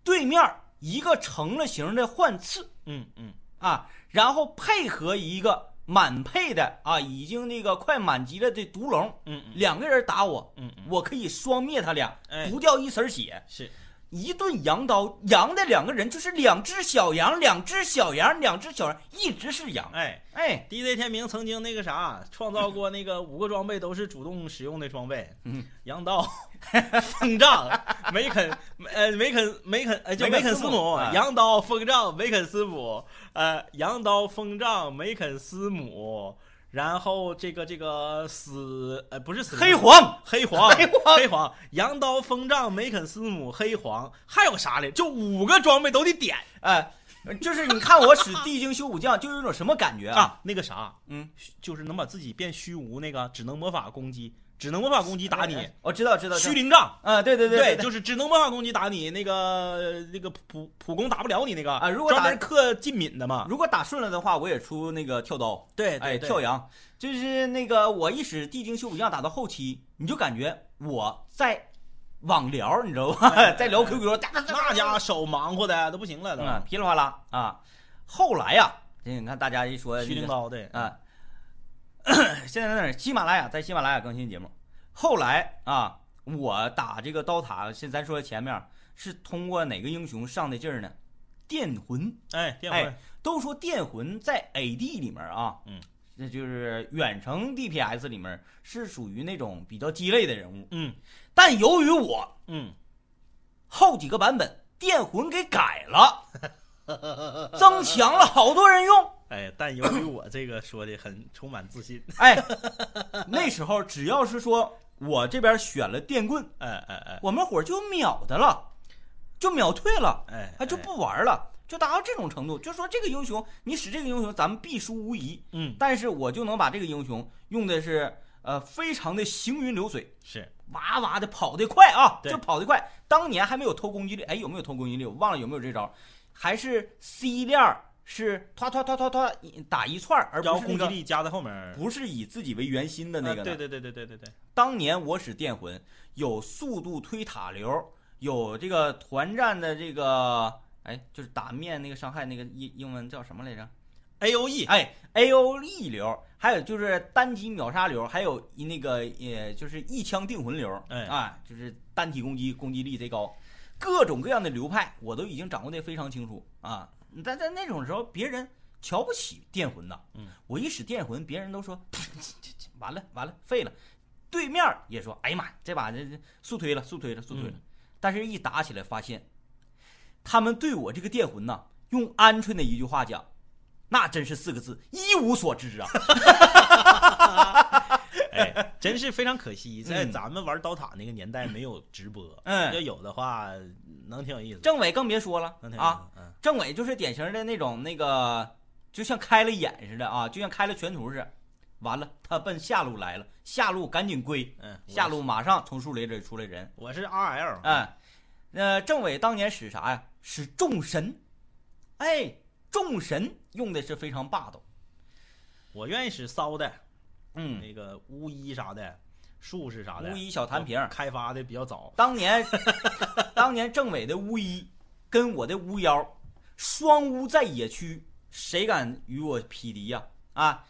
[SPEAKER 2] 对面一个成了型的换刺，
[SPEAKER 1] 嗯嗯
[SPEAKER 2] 啊，然后配合一个满配的啊，已经那个快满级了的毒龙，
[SPEAKER 1] 嗯嗯
[SPEAKER 2] 两个人打我，
[SPEAKER 1] 嗯嗯，
[SPEAKER 2] 我可以双灭他俩，
[SPEAKER 1] 哎
[SPEAKER 2] 不掉一丝儿血。
[SPEAKER 1] 是，
[SPEAKER 2] 一顿羊刀，羊的两个人就是两只小羊，两只小羊，两只小羊，一直是羊。
[SPEAKER 1] 哎
[SPEAKER 2] 哎，
[SPEAKER 1] ，DJ 天明曾经那个啥，创造过那个五个装备都是主动使用的装备， [LAUGHS]
[SPEAKER 2] 嗯，
[SPEAKER 1] 羊刀、风杖、梅肯，呃，梅肯梅肯，呃，叫
[SPEAKER 2] 梅肯
[SPEAKER 1] 梅肯
[SPEAKER 2] 斯
[SPEAKER 1] 斯
[SPEAKER 2] 姆
[SPEAKER 1] 姆
[SPEAKER 2] 哎，
[SPEAKER 1] 羊刀、风杖、梅肯斯姆，呃，羊刀、风杖、梅肯斯姆，然后这个这个死，呃，不是死
[SPEAKER 2] 黑黄，
[SPEAKER 1] 黑黄，
[SPEAKER 2] 黑黄
[SPEAKER 1] 黑黄，羊刀、风杖、梅肯斯姆、黑黄，还有啥嘞？就五个装备都得点
[SPEAKER 2] 哎，就是你看我使地精修武将，就有一种什么感觉啊？
[SPEAKER 1] 啊！那个啥，
[SPEAKER 2] 嗯，
[SPEAKER 1] 就是能把自己变虚无那个，只能魔法攻击，只能魔法攻击打你
[SPEAKER 2] 哎，，我知道，知道，知道
[SPEAKER 1] 虚灵杖。
[SPEAKER 2] 啊，对对对对，
[SPEAKER 1] 就是只能魔法攻击打你，那个那个普普攻打不了你那个
[SPEAKER 2] 啊如果打
[SPEAKER 1] 专门克近敏的嘛，
[SPEAKER 2] 如果打顺了的话，我也出那个跳刀。
[SPEAKER 1] 对
[SPEAKER 2] 哎，跳羊就是那个我一使地精修补匠打到后期，你就感觉我在网聊，你知道吧？ [LAUGHS] 在聊 QQ，哒哒哒
[SPEAKER 1] 那家手忙活的都不行了都。
[SPEAKER 2] 嗯噼里啪啦啊。后来呀、这你看大家一说
[SPEAKER 1] 虚
[SPEAKER 2] 这
[SPEAKER 1] 灵
[SPEAKER 2] 个
[SPEAKER 1] 刀对，
[SPEAKER 2] 啊， [COUGHS] 现在在哪儿？喜马拉雅在喜马拉雅更新节目。后来啊，我打这个刀塔，现咱说前面是通过哪个英雄上的劲儿呢？电魂。
[SPEAKER 1] 哎，电
[SPEAKER 2] 哎
[SPEAKER 1] 魂，
[SPEAKER 2] 都说电魂在 AD 里面啊，
[SPEAKER 1] 嗯，
[SPEAKER 2] 那就是远程 DPS 里面是属于那种比较鸡肋的人物，
[SPEAKER 1] 嗯
[SPEAKER 2] 但由于我
[SPEAKER 1] 嗯，
[SPEAKER 2] 后几个版本电魂给改了，
[SPEAKER 1] [LAUGHS]
[SPEAKER 2] 增强了好多人用。
[SPEAKER 1] 哎，但由于我这个说的很充满自
[SPEAKER 2] [LAUGHS]
[SPEAKER 1] 信，
[SPEAKER 2] 哎，那时候只要是说我这边选了电棍，
[SPEAKER 1] 哎哎哎
[SPEAKER 2] 我们伙儿就秒的了，就秒退了，
[SPEAKER 1] 哎，
[SPEAKER 2] 啊，就
[SPEAKER 1] 哎，
[SPEAKER 2] 不玩了，就达到这种程度，就说这个英雄你使这个英雄，咱们必输无疑。
[SPEAKER 1] 嗯，
[SPEAKER 2] 但是我就能把这个英雄用的是呃非常的行云流水，
[SPEAKER 1] 是，
[SPEAKER 2] 哇哇的跑得快啊，
[SPEAKER 1] 对
[SPEAKER 2] 就跑得快。当年还没有偷攻击力，哎，有没有偷攻击力？我忘了有没有这招，还是 C 链儿是突突突突突打一串儿，而
[SPEAKER 1] 然后
[SPEAKER 2] 不是
[SPEAKER 1] 攻击
[SPEAKER 2] 那个
[SPEAKER 1] 力加在后面儿，
[SPEAKER 2] 不是以自己为圆心的那个
[SPEAKER 1] 啊
[SPEAKER 2] 呢
[SPEAKER 1] 对对对对对对对，
[SPEAKER 2] 当年我使电魂，有速度推塔流，有这个团战的这个，哎，就是打面那个伤害那个英英文叫什么来着？
[SPEAKER 1] ，A O E，
[SPEAKER 2] 哎，A O E 流，还有就是单击秒杀流，还有一那个呃，就是一枪定魂流，
[SPEAKER 1] 哎
[SPEAKER 2] 啊，就是单体攻击，攻击力贼高，各种各样的流派我都已经掌握的非常清楚啊。但在那种时候，别人瞧不起电魂呐，
[SPEAKER 1] 嗯，
[SPEAKER 2] 我一使电魂，别人都说 [LAUGHS] 这这这完了完了废了，对面也说哎呀妈，这把这这速推了速推了速推了，但是一打起来发现，他们对我这个电魂呐，用鹌鹑的一句话讲。那真是四个字，一无所知啊！
[SPEAKER 1] [LAUGHS] 哎，真是非常可惜，在
[SPEAKER 2] 嗯
[SPEAKER 1] 咱们玩刀塔那个年代没有直播，
[SPEAKER 2] 嗯
[SPEAKER 1] 要有的话能挺有意思，
[SPEAKER 2] 政委更别说了
[SPEAKER 1] 能挺有意
[SPEAKER 2] 啊，
[SPEAKER 1] 思，嗯，
[SPEAKER 2] 政委就是典型的那种那个，就像开了眼似的啊，就像开了全图似的。完了，他奔下路来了，下路赶紧归，
[SPEAKER 1] 嗯，
[SPEAKER 2] 下路马上从树林里出来人。
[SPEAKER 1] 我是 R L，
[SPEAKER 2] 哎，那政委当年使啥呀？使众神，哎，众神用的是非常霸道。
[SPEAKER 1] 我愿意使骚的，
[SPEAKER 2] 嗯，
[SPEAKER 1] 那个巫医啥的，术士啥的，嗯
[SPEAKER 2] 巫医小弹瓶，
[SPEAKER 1] 开发的比较早。
[SPEAKER 2] 当年， [LAUGHS] 当年政委的巫医跟我的巫妖，双巫在野区，谁敢与我匹敌呀、啊？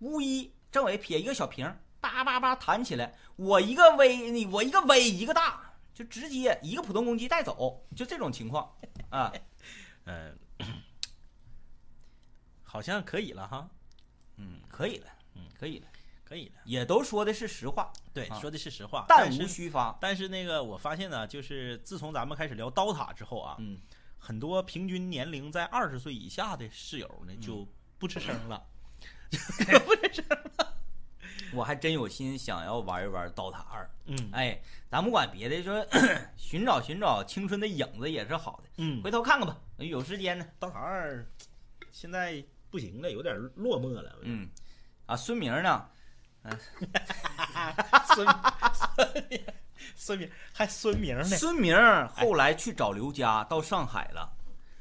[SPEAKER 2] 巫医政委撇一个小瓶儿，叭叭叭弹起来，我一个 V，你我一个 V 一个大，就直接一个普通攻击带走，就这种情况啊。
[SPEAKER 1] 嗯，好像可以了哈，
[SPEAKER 2] 嗯，可以了，嗯，可以了，
[SPEAKER 1] 可以了。
[SPEAKER 2] 也都说的是实话，
[SPEAKER 1] 对，
[SPEAKER 2] 啊
[SPEAKER 1] 说的是实话，
[SPEAKER 2] 弹
[SPEAKER 1] 但
[SPEAKER 2] 无
[SPEAKER 1] 是
[SPEAKER 2] 虚发。
[SPEAKER 1] 但是那个我发现呢，就是自从咱们开始聊刀塔之后啊，
[SPEAKER 2] 嗯，
[SPEAKER 1] 很多平均年龄在二十岁以下的室友
[SPEAKER 2] 嗯
[SPEAKER 1] 呢就不吱声了。
[SPEAKER 2] 我还真有心想要玩一玩《刀塔二》。
[SPEAKER 1] 嗯
[SPEAKER 2] 哎，咱不管别的，说 [COUGHS] 寻找寻找青春的影子也是好的。
[SPEAKER 1] 嗯，
[SPEAKER 2] 回头看看吧，哎有时间呢。
[SPEAKER 1] 大堂二现在不行了，有点落寞 [LAUGHS] 了。
[SPEAKER 2] 嗯，啊，孙明呢？
[SPEAKER 1] 孙孙明还孙明呢？
[SPEAKER 2] 孙明后来去找刘家，到上海了，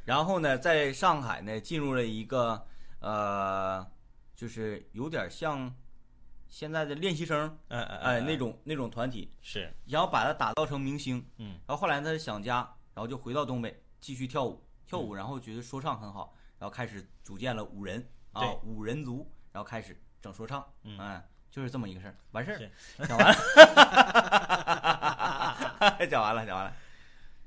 [SPEAKER 2] 然后呢，在上海呢进入了一个呃，就是有点像现在的练习生
[SPEAKER 1] 嗯嗯
[SPEAKER 2] 哎、那种那种团体，
[SPEAKER 1] 是
[SPEAKER 2] 然后把他打造成明星。
[SPEAKER 1] 嗯，
[SPEAKER 2] 然后后来他想家，然后就回到东北继续跳舞，跳
[SPEAKER 1] 嗯
[SPEAKER 2] 舞，然后觉得说唱很好，然后开始组建了五人啊
[SPEAKER 1] 对
[SPEAKER 2] 五人族，然后开始整说唱，
[SPEAKER 1] 嗯
[SPEAKER 2] 哎就是这么一个事儿，完事
[SPEAKER 1] 是
[SPEAKER 2] 儿，
[SPEAKER 1] [LAUGHS]
[SPEAKER 2] 讲完了，讲完了，讲完了。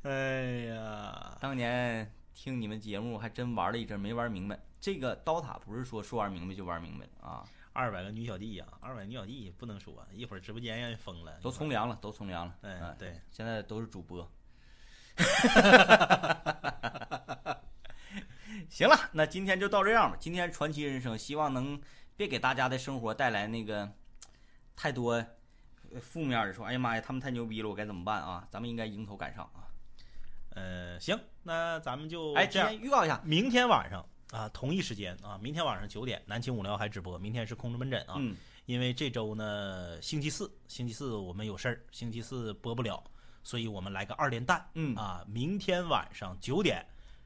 [SPEAKER 1] 哎呀，
[SPEAKER 2] 当年听你们节目还真玩了一阵，没玩明白。这个刀塔不是说说玩明白就玩明白的啊，
[SPEAKER 1] 二百个女小弟呀、二百女小弟不能说，一会儿直播间让人封了，
[SPEAKER 2] 都从良了，都从良了。
[SPEAKER 1] 哎
[SPEAKER 2] 嗯
[SPEAKER 1] 对，
[SPEAKER 2] 现在都是主播。 [LAUGHS] 行了，那今天就到这样吧。今天传奇人生，希望能别给大家的生活带来那个太多呃负面的说，哎呀妈呀，他们太牛逼了，我该怎么办啊？咱们应该迎头赶上啊！
[SPEAKER 1] 呃，行，那咱们就
[SPEAKER 2] 哎，
[SPEAKER 1] 哦这
[SPEAKER 2] 今
[SPEAKER 1] 样，
[SPEAKER 2] 天预告一下，
[SPEAKER 1] 明天晚上啊，同一时间啊，明天晚上九点，南秦五聊还直播，明天是空中门诊啊，
[SPEAKER 2] 嗯，
[SPEAKER 1] 因为这周呢，星期四，星期四我们有事儿，星期四播不了，所以我们来个二连弹，
[SPEAKER 2] 嗯
[SPEAKER 1] 啊，明天晚上九点，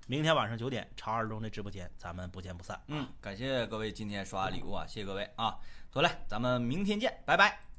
[SPEAKER 1] 明天晚上九点，茶二中的直播间，咱们不见不散。
[SPEAKER 2] 啊嗯，感谢各位今天刷礼物啊，谢谢各位啊！得嘞，咱们明天见，拜拜。